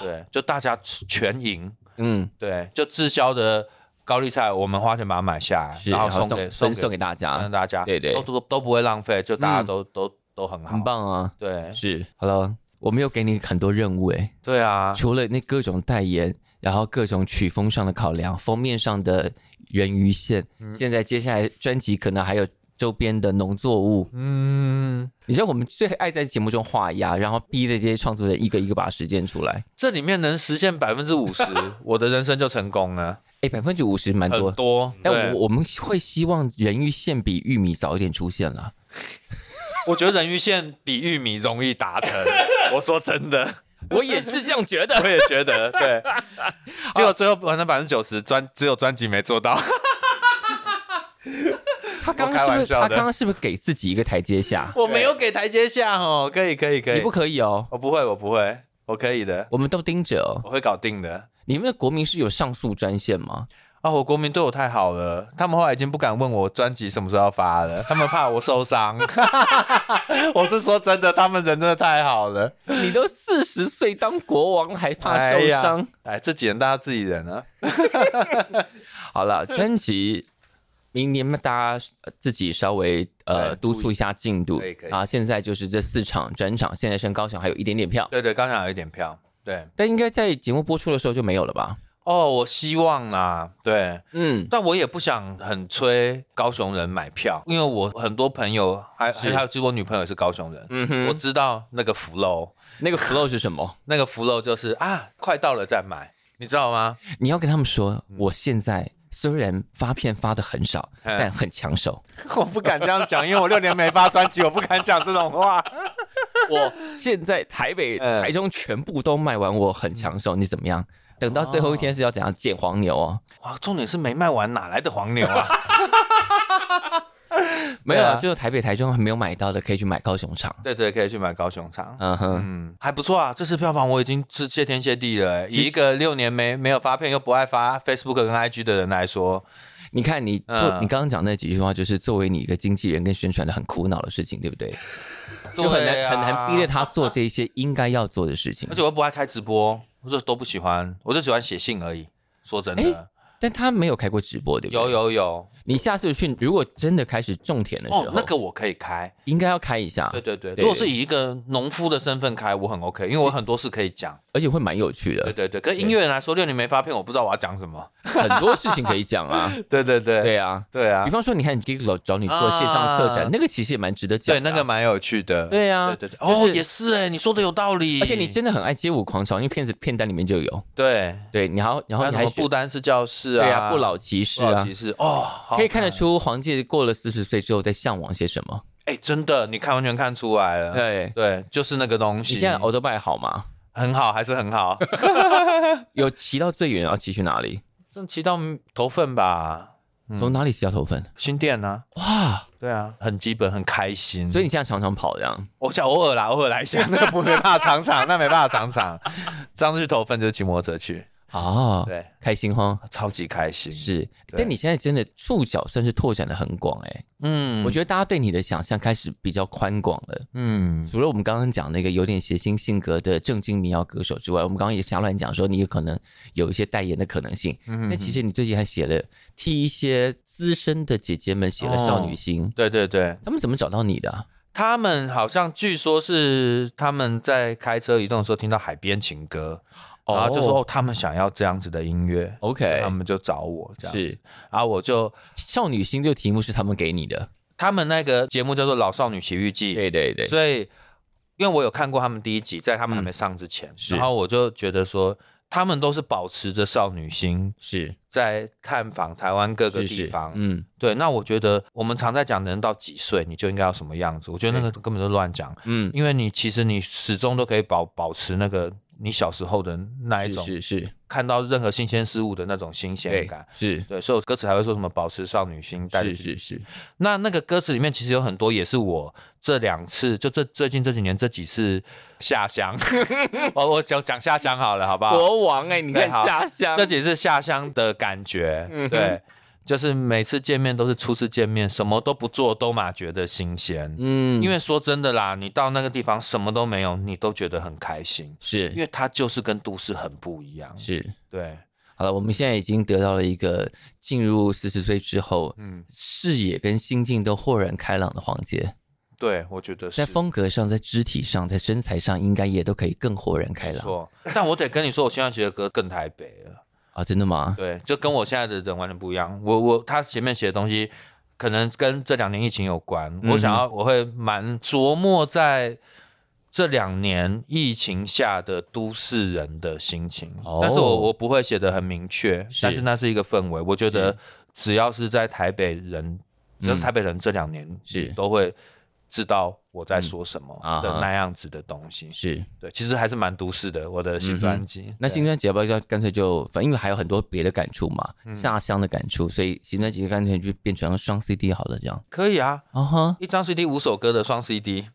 B: 对，就大家全赢，
A: 嗯，
B: 对，就滞销的高丽菜，我们花钱把它买下来，
A: 是，
B: 然
A: 然
B: 后
A: 后
B: 送给
A: 送分送
B: 给嗯
A: 给大
B: 让
A: 家，
B: 大家，
A: 对对
B: 都都都不会浪费，就大家
A: 嗯
B: 都都都很好，
A: 很，棒啊！
B: 对
A: 是，好了，我们又给你很多任务哎，
B: 对啊，
A: 除了那各种代言，然后各种曲风上的考量，封面上的人鱼线，
B: 嗯
A: 现在接下来专辑可能还有。周边的农作物，
B: 嗯，
A: 你知道我们最爱在节目中画押，然后逼着这些创作人一个一个把它实践出来。
B: 这里面能实现百分之 五十，我的人生就成功了，
A: 哎，百分之五十蛮多
B: 很，多。
A: 但
B: 我
A: 我我们会希望人鱼线比玉米早一点出现了。
B: 我觉得人鱼线比玉米容易达 成，我说真的，
A: 我也是这样觉得。
B: 我也觉得对。结果最后完成百分之九十，专只有专辑没做到。
A: 他刚
B: 我开
A: 刚是
B: 玩
A: 不是
B: 笑的
A: 他刚刚是不是给自己一个台阶下？
B: 我没有给台阶下哦，可以可以可
A: 你
B: 以
A: 不，可以哦，
B: 我不会我不会，我可以的，
A: 我们都盯着哦。
B: 我会搞定的。
A: 你们的国民是有上诉专线 吗？
B: 啊、我国民对我太好了，他们后来已经不敢问我专辑什么时候要发了，他们怕我 受伤。 我是说真的，他们人真的太好了。
A: 你都四十岁当国王还怕
B: 哎
A: 受
B: 呀
A: 伤？
B: 哎，自己人大家自己人啊。
A: 好了，专辑明年嘛大家呃自己稍微呃
B: 哎
A: 督促一下进度
B: 可以可以
A: 啊。现在就是这四场专场，现在剩高雄还有一点点票，
B: 对对，刚想有一点票。对
A: 但应该在节目播出的时候就没有了吧？
B: 哦，我希望啦，对，
A: 嗯，
B: 但我也不想很催高雄人买票，因为我很多朋友还还
A: 是
B: 有，其实我女朋友也是高雄人，
A: 嗯哼
B: 我知道那个福楼，
A: 那个 flow 是什么？
B: 那个福楼就是啊，快到了再买，你知道吗？
A: 你要跟他们说，我现在虽然发片发的很少，
B: 嗯
A: 但很抢手。
B: 我不敢这样讲，因为我六年没发专辑，我不敢讲这种话。
A: 我现在台北、
B: 嗯
A: 台中全部都卖完，我很抢手，你怎么样？等到最后一天是要怎样捡黄牛哦？
B: 哇，重点是没卖完，哪来的黄牛啊？
A: 没有
B: 对
A: 啊，
B: 啊
A: 就是台北、台中还没有买到的，可以去买高雄场。
B: 对对，可以去买高雄场。
A: 嗯哼，
B: 嗯，还不错啊，这次票房我已经是谢天谢地了。欸
A: 实
B: 以一个六年没没有发片又不爱发 Facebook 跟 IG 的人来说，
A: 你看你做、
B: 嗯
A: 你刚刚讲那几句话，就是作为你一个经纪人跟宣传的很苦恼的事情，对不对？就很
B: 对
A: 难
B: 啊
A: 很难逼着他做这些应该要做的事情
B: 而。且我又不爱开直播，我就都不喜欢，我就喜欢写信而已。说真
A: 哎
B: 的，
A: 但他没有开过直播，对不对？
B: 有。有有，
A: 你下次去，如果真的开始种田的时候，
B: 哦，那个我可以开，
A: 应该要开一下，
B: 对对对。
A: 对
B: 如果是以一个农夫的身份开，我很 OK，因为我很多事可以讲。
A: 而且会蛮有趣
B: 对
A: 的，
B: 对对，跟音乐人来说，六年没发片，我不知道我要讲什么。
A: 很多事情可以讲啊。
B: 对对 对
A: 对啊，
B: 对啊
A: 比，方说，你看 Giglo 找你做线上策展，
B: 啊
A: 那个其实也蛮值得讲
B: 对
A: 的啊。
B: 那个蛮有趣的。
A: 对啊，
B: 对对对，
A: 就
B: 哦，
A: 是
B: 也是哎，你说的有道理。
A: 而且你真的很爱街舞狂潮，因为片子片单里面就有。
B: 对，
A: 对，然后然后
B: 还有
A: 你
B: 什
A: 还
B: 么
A: 学
B: 不丹是教室啊？
A: 对啊，不老骑士
B: 不老
A: 啊
B: 骑，士哦，好
A: 可以看得出黄玠过了四十岁之后在向往些什么。
B: 哎，真的，你看完全看出来了。
A: 对，
B: 对，嗯就是那个东西。
A: 你现在哦 o l d b i 好吗？
B: 很好，还是 很好。
A: 有骑到最远要骑去哪里？
B: 正骑到头份吧，嗯
A: 从哪里骑到头份？
B: 新店呢、
A: 哇！
B: 对啊，很基本，很开心。
A: 所以你现在常常跑这样，
B: 我想偶尔啦，偶尔来 一下，那个不没办法常常，那没办法常常。 上次去头份就是骑摩托车去，
A: 哦，
B: 嗯对，啊
A: 开心哈。
B: 超级开心。
A: 是，
B: 对
A: 但你现在真的触角算是拓展的很广哎、
B: 嗯
A: 我觉得大家对你的想象开始比较宽广了。
B: 嗯，
A: 除了我们刚刚讲那个有点谐星性格的正经民谣歌手之外，我们刚刚也瞎乱讲说你有可能有一些代言的可能性。
B: 嗯
A: 那、其实你最近还写了替一些资深的姐姐们写了少
B: 哦
A: 女心，
B: 对对对，
A: 他们怎么找到你的啊、
B: 他们好像据说是他们在开车移动的时候听到海边情歌，然后就说、哦、
A: 啊
B: 他们想要这样子的音乐。
A: OK，
B: 他们就找我这样，
A: 是
B: 然后我就
A: 少女心这个题目是他们给你的，
B: 他们那个节目叫做《老少女奇遇记》，
A: 对对对，嗯
B: 所以因为我有看过他们第一集，在他们还没上之前，
A: 是
B: 然后我就觉得说，他们都是保持着少女心
A: 是
B: 在探访台湾各个
A: 是
B: 地
A: 是
B: 方。，
A: 嗯，
B: 对，那我觉得我们常在讲人到几岁你就应该要什么样子，我觉得那个根本就乱讲，
A: 嗯，
B: 因为你其实你始终都可以保保持那个你小时候的那一
A: 是
B: 种
A: 是是，
B: 看到任何新鲜事物的那种新鲜
A: 对
B: 感。，
A: 是
B: 对，所以我歌词还会说什么保持少女心，带着
A: 是是是，
B: 那那个歌词里面其实有很多也是我这两次，就这最近这几年这几次下乡， 我我想讲下乡好了，好不好？
A: 国王哎、你看
B: 对好
A: 下乡
B: 这，几次下乡的感觉，
A: 嗯哼
B: 对，就是每次见面都是初次见面，什么都不做都嘛觉得新鲜。
A: 嗯
B: 因为说真的啦，你到那个地方什么都没有，你都觉得很开心，因
A: 是
B: 为它就是跟都市很不一样。
A: 是。
B: 对，
A: 好了，我们现在已经得到了一个进入四十岁之后，
B: 嗯，
A: 视野跟心境都豁然开朗的黄杰，
B: 对，我觉得是
A: 在风格上、在肢体上、在身材上，应该也都可以更豁然开
B: 没
A: 朗
B: 错。但我得跟你说，我现在觉得歌更台北了。
A: 啊！真的吗？
B: 对，就跟我现在的人完全不一样。我我他前面写的东西，可能跟这两年疫情有关。
A: 哼
B: 我想要我会蛮琢磨在这两年疫情下的都市人的心情，
A: 哦
B: 但是我我不会写的很明确，
A: 是
B: 但是那是一个氛围。我觉得
A: 是嗯
B: 只要是在台北人，只要是台北人这两年
A: 是
B: 都会知道我在说什么
A: 嗯啊哈
B: 的那样子的东西。
A: 是。
B: 对，其实还是蛮都市的。我的
A: 嗯
B: 新专辑，
A: 那
B: 对
A: 新专辑要不要就干脆就，反正因为还有很多别的感触嘛，
B: 嗯
A: 下乡的感触，所以新专辑干脆就变成双 CD 好了，这 样。
B: 可以啊，
A: 啊哈，
B: 一张 CD 五首歌的双 CD，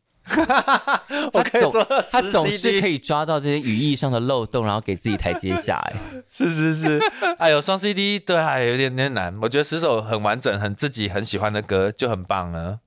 A: 他
B: 可以
A: 总
B: 做
A: 他
B: 10
A: 总是
B: CD
A: 可以抓到这些语义上的漏洞，然后给自己台阶下。 哎，
B: 是是是， 哎呦，双 CD 对啊，有点有点难。我觉得十首很完整、很自己很喜欢的歌就很棒了。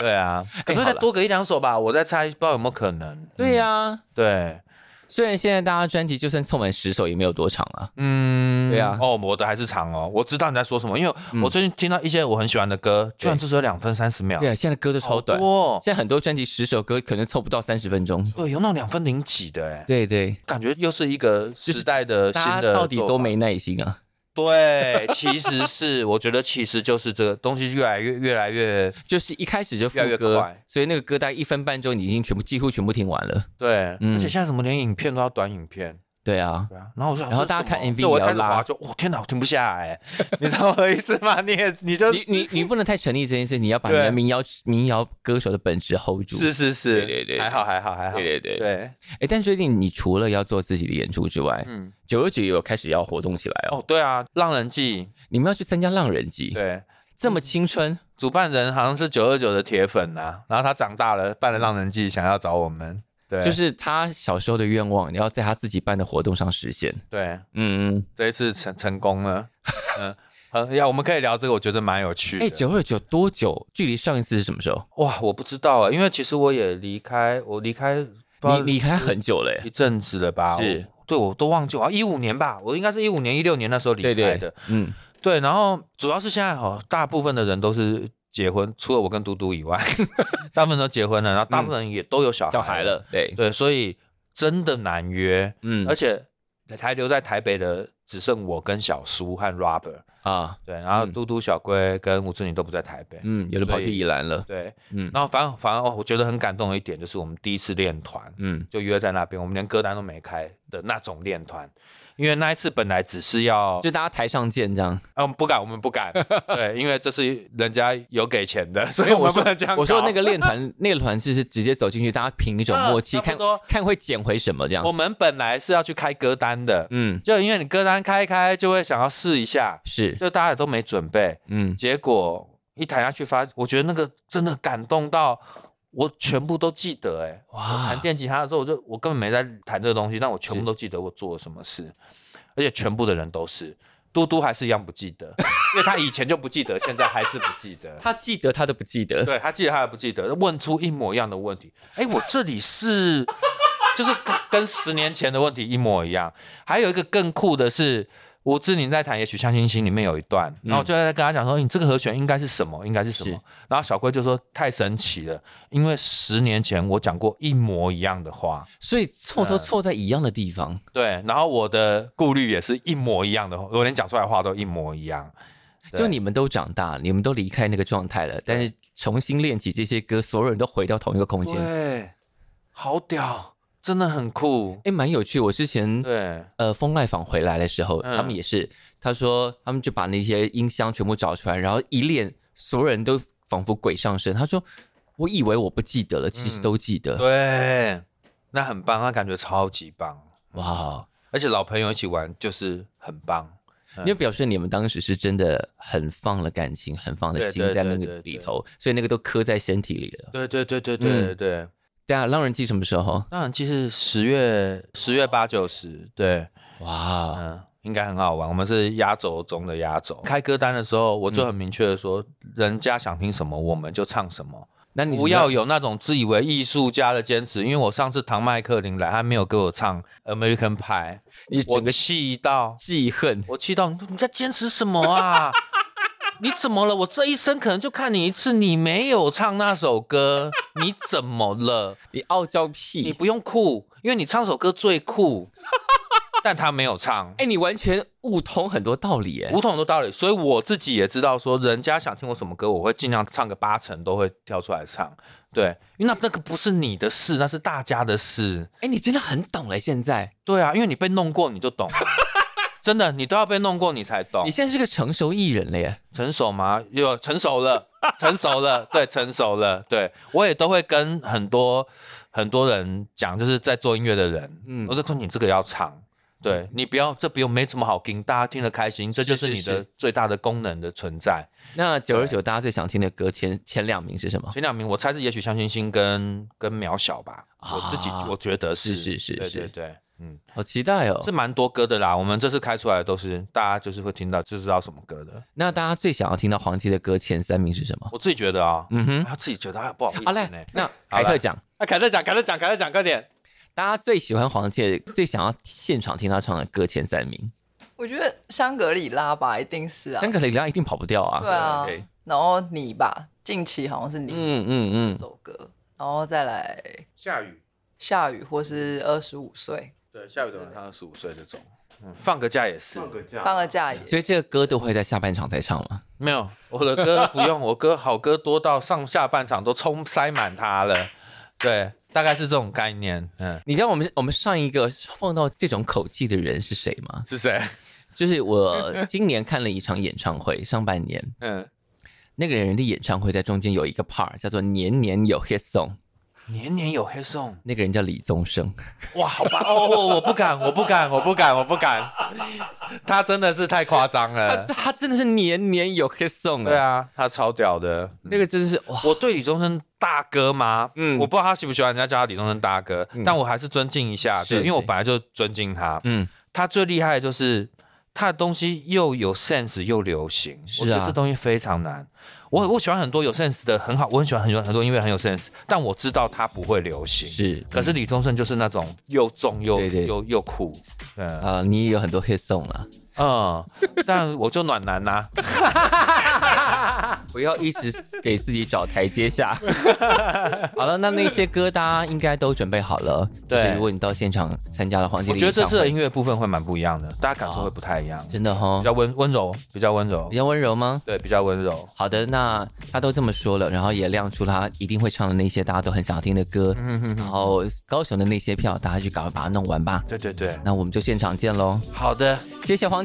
B: 对啊，可不可以
A: 哎好
B: 再
A: 了
B: 多个一两首吧？我再猜，不知道有没有可能。
A: 对呀、
B: 啊对，
A: 虽然现在大家专辑就算凑满十首也没有多长啊，
B: 嗯，
A: 对啊嗯
B: 哦，我的还是长哦。我知道你在说什么，因为我最近听到一些我很喜欢的歌，居然
A: 对
B: 就只有两分三十秒，
A: 对啊，现在歌都超
B: 好
A: 短，
B: 多哦。
A: 现在很多专辑十首歌可能凑不到三十分钟。
B: 对，有那种两分零几的哎，
A: 对对，
B: 感觉又是一个时代的新
A: 大家
B: 的
A: 到底
B: 做
A: 都
B: 法
A: 没耐心啊，
B: 对，其实是我觉得其实就是这个东西越来越越来越
A: 就是一开始就副
B: 越来越
A: 歌，
B: 快
A: 所以那个歌大概一分半钟，你已经全部几乎全部听完了。
B: 对，
A: 嗯
B: 而且现在怎么连影片都要短影片？
A: 对啊，
B: 对啊，然后我说，
A: 然后大家看 MV
B: 我
A: 也要
B: 开始
A: 拉
B: 滑就，哦天哪，我停不下来，欸你知道我的意思吗？你也你就
A: 你你你不能太沉溺这件事，你要把你的
B: 对
A: 民谣民谣歌手的本质 hold 住。
B: 是是是，
A: 对对对
B: 还好还好还好，
A: 对啊对对
B: 对，
A: 哎，但最近你除了要做自己的演出之外，
B: 嗯，
A: 久而久之有开始要活动起来哦。
B: 哦对啊，浪人记，
A: 你们要去参加浪人季，
B: 对。
A: 这么青春，
B: 主办人好像是九二九的铁粉呐、然后他长大了，办了《浪人记》，想要找我们，对，
A: 就是他小时候的愿望，你要在他自己办的活动上实现。
B: 对，
A: 嗯，嗯
B: 这一次成成功了，嗯、嗯，呀，我们可以聊这个，我觉得蛮有趣的。
A: 哎，九二九多久？距离上一次是什么时候？
B: 哇，我不知道啊，因为其实我也离开，我离开不知道
A: 你离开很久了耶，
B: 一阵子了吧？
A: 是
B: 我，对我都忘记，我哦一五年吧，我应该是一五年、一六年那时候离
A: 对
B: 开
A: 对
B: 的。
A: 嗯，
B: 对，然后主要是现在哦，大部分的人都是结婚，除了我跟嘟嘟以外， 大部分都结婚了，然后大部分人也都有小孩
A: 嗯小孩。了，对，
B: 对，所以真的难约，
A: 嗯
B: 而且还留在台北的只剩我跟小苏和 Robert。
A: 啊，
B: 对，然后
A: 嗯
B: 嘟嘟、小龟跟吴志宁都不在台北。
A: 嗯，有的跑
B: 所
A: 去
B: 以
A: 宜兰了，
B: 对，
A: 嗯
B: 然后反而反而哦，我觉得很感动的一点就是我们第一次练团，
A: 嗯，
B: 就约在那边，我们连歌单都没开的那种练团，因为那一次本来只是要
A: 就大家台上见这样。
B: 啊，我们不敢，我们不 敢，对，因为这是人家有给钱的，所以
A: 因为我
B: 我们
A: 说
B: 不能这样搞。
A: 我说那个练 团，那个团就是直接走进去，大家凭一种默契，
B: 啊差
A: 看
B: 不多
A: 看会捡回什么这样
B: 我。们本来是要去开歌单的，
A: 嗯，
B: 就因为你歌单开一开，就会想要试一下，
A: 是，
B: 就大家也都没准备，
A: 嗯，
B: 结果一弹下去发，我觉得那个真的感动到我全部都记得、欸，哎，
A: 哇
B: 弹电吉他的时候，我就我根本没在弹这个东西，但我全部
A: 是
B: 都记得我做了什么事，而且全部的人都是，嘟嘟还是一样不记得， 因为他以前就不记得，现在还是不记得。
A: 他记得他都不记得，
B: 对他记得他还不记得，问出一模一样的问题。哎，我这里是，就是跟跟十年前的问题一模一样。还有一个更酷的是，吴志宁在弹《也许相信星》里面有一段，然后我就在跟他讲说，你这个和弦应该是什么？应该嗯是什么
A: 是？
B: 然后小龟就说太神奇了，因为十年前我讲过一模一样的话，
A: 所以错
B: 嗯
A: 都错在一样的地方，
B: 对，然后我的顾虑也是一模一样的，我连讲出来的话都一模一样。对
A: 就你们都长大，你们都离开那个状态了，但是重新练起这些歌，所有人都回到同一个空间，
B: 对，好屌，真的很酷。
A: 哎，蛮有趣。我之前
B: 对，
A: 呃，风外访回来的时候，
B: 嗯
A: 他们也是，他说他们就把那些音箱全部找出来，然后一练，所有人都仿佛鬼上身。他说：“我以为我不记得了，其实都记得。
B: 嗯对，那很棒，那感觉超级棒，
A: 哇，哦
B: 而且老朋友一起玩就是很棒。
A: 因为表示你们当时是真的很放了感情，很放
B: 对
A: 了心
B: 对
A: 在那
B: 对
A: 个
B: 对
A: 里
B: 对
A: 头，所以那个都刻在身体里了。
B: 对对对对对对对，
A: 对啊，《浪人记》什么时候？
B: 当然其实十月十月八九十，对，
A: 哇，哦
B: 嗯。应该很好玩，我们是压轴中的压轴。开歌单的时候，我就很明确的说，人家想听什么我们就唱什么，
A: 那你
B: 不要有那种自以为艺术家的坚持。因为我上次唐麦克林来，他没有给我唱《American Pie
A: 你》，
B: 我
A: 整个
B: 气到
A: 记恨，
B: 我气到你在坚持什么啊？ 你怎么了？我这一生可能就看你一次，你没有唱那首歌， 你怎么了？
A: 你傲娇
B: 你
A: 屁。
B: 不用酷，因为你唱首歌最酷， 但他没有唱。
A: 哎，你完全悟通很多道理哎。
B: 五统都道理，所以我自己也知道，说人家想听我什么歌，我会尽量唱个八成都会跳出来唱。对，因为那那个不是你的事，那是大家的事。
A: 哎，你真的很懂哎，现在
B: 对啊，因为你被弄过，你就懂了。真的，你都要被弄过，你才懂。
A: 你现在是个成熟艺人了耶。
B: 成熟吗？有成熟 了，成熟了，对，成熟了，对我也都会跟很多很多人讲，就是在做音乐的人，嗯
A: 嗯，
B: 我就说你这个要唱，对你不要，这不用没什么好听，大家听得开心，这就是
A: 是
B: 你的
A: 是
B: 最大的功能的存在。
A: 那九十九大家最想听的歌前前两名是什么？
B: 前两名我猜是也许向星星跟跟渺小吧，我自己
A: 啊
B: 我觉得是
A: 是是是
B: 对
A: 是
B: 对对，嗯，
A: 好期待哦！
B: 是蛮多歌的啦，我们这次开出来的都是大家就是会听到就知道什么歌的，
A: 那大家最想要听到黄绮的歌前三名是什么？
B: 我自己觉得啊、
A: 嗯哼，
B: 他自己觉得啊不好意
A: 好
B: 思呢
A: 嘞。，那凯特讲，
B: 啊，凯特讲，凯特讲，凯特讲，快点！
A: 大家最喜欢黄绮的，最想要现场听她唱的歌前三名，
D: 我觉得香格里拉吧，一定是啊
A: 香，格里拉一定跑不掉啊！
D: 对啊
A: 对，
D: 然后你吧，近期好像是你
A: 嗯嗯
D: 这首歌，然后再来
C: 下雨，
D: 下雨或是二十五岁
B: 对，下雨的晚上二十五岁这种，嗯，放个假也是，
C: 放个假，
D: 放个假
A: 嗯，
D: 也
A: 所以这个歌都会在下半场才唱吗？
B: 没有我的歌不用，我歌好歌多到上下半场都冲塞满它了，对，大概是这种概念，嗯，
A: 你知道我们我们上一个放到这种口气的人是谁吗？
B: 是谁？
A: 就是 我今年看了一场演唱会，上半年
B: 嗯，
A: 那个人的演唱会在中间有一个 part 叫做年年有 hit song，
B: 年年有黑送，
A: 那个人叫李宗盛。
B: 哇，好吧，哦，我不敢，我不敢，我不敢，我不敢，他真的是太夸张了
A: 他，他真的是年年有 hit song
B: 对，啊，他超屌的，嗯
A: 那个真的是哇，
B: 我对李宗盛大哥吗？嗯，
A: 嗯
B: 我不知道他喜不喜欢人家叫他李宗盛大哥，但我还是尊敬一下，
A: 是
B: 对，因为我
A: 是
B: 本来就尊敬他。
A: 嗯
B: 他最厉害的就是他的东西又有 sense 又流行，我
A: 是
B: 觉
A: 啊
B: 得这东西非常难。我我喜欢很多有 sense 的，很好，我很喜欢很多很多音乐很有 sense，但我知道它不会流行。
A: 是，
B: 可是李宗盛就是那种又重又
A: 对对
B: 又又酷，嗯
A: 啊、你也有很多 hit song 啊，
B: 嗯， 但我就暖男呐、
A: 不要一直给自己找台阶 下。好了，那那些歌大家应该都准备好了。
B: 对
A: 就是如果你到现场参加了黄金
B: 我
A: 的
B: 觉
A: 演
B: 得
A: 唱会，
B: 这次的音乐部分会蛮不一样的，大家感受会不太一样，
A: 真的哈
B: 比较温温柔，比较温柔
A: 哦比，较温柔吗？
B: 对，比较温柔。
A: 好的，那他都这么说了，然后也亮出他一定会唱的那些大家都很想听的歌，然后高雄的那些票，大家就赶快把它弄完吧。
B: 对对对，
A: 那我们就现场见喽，
B: 好的，
A: 谢谢黄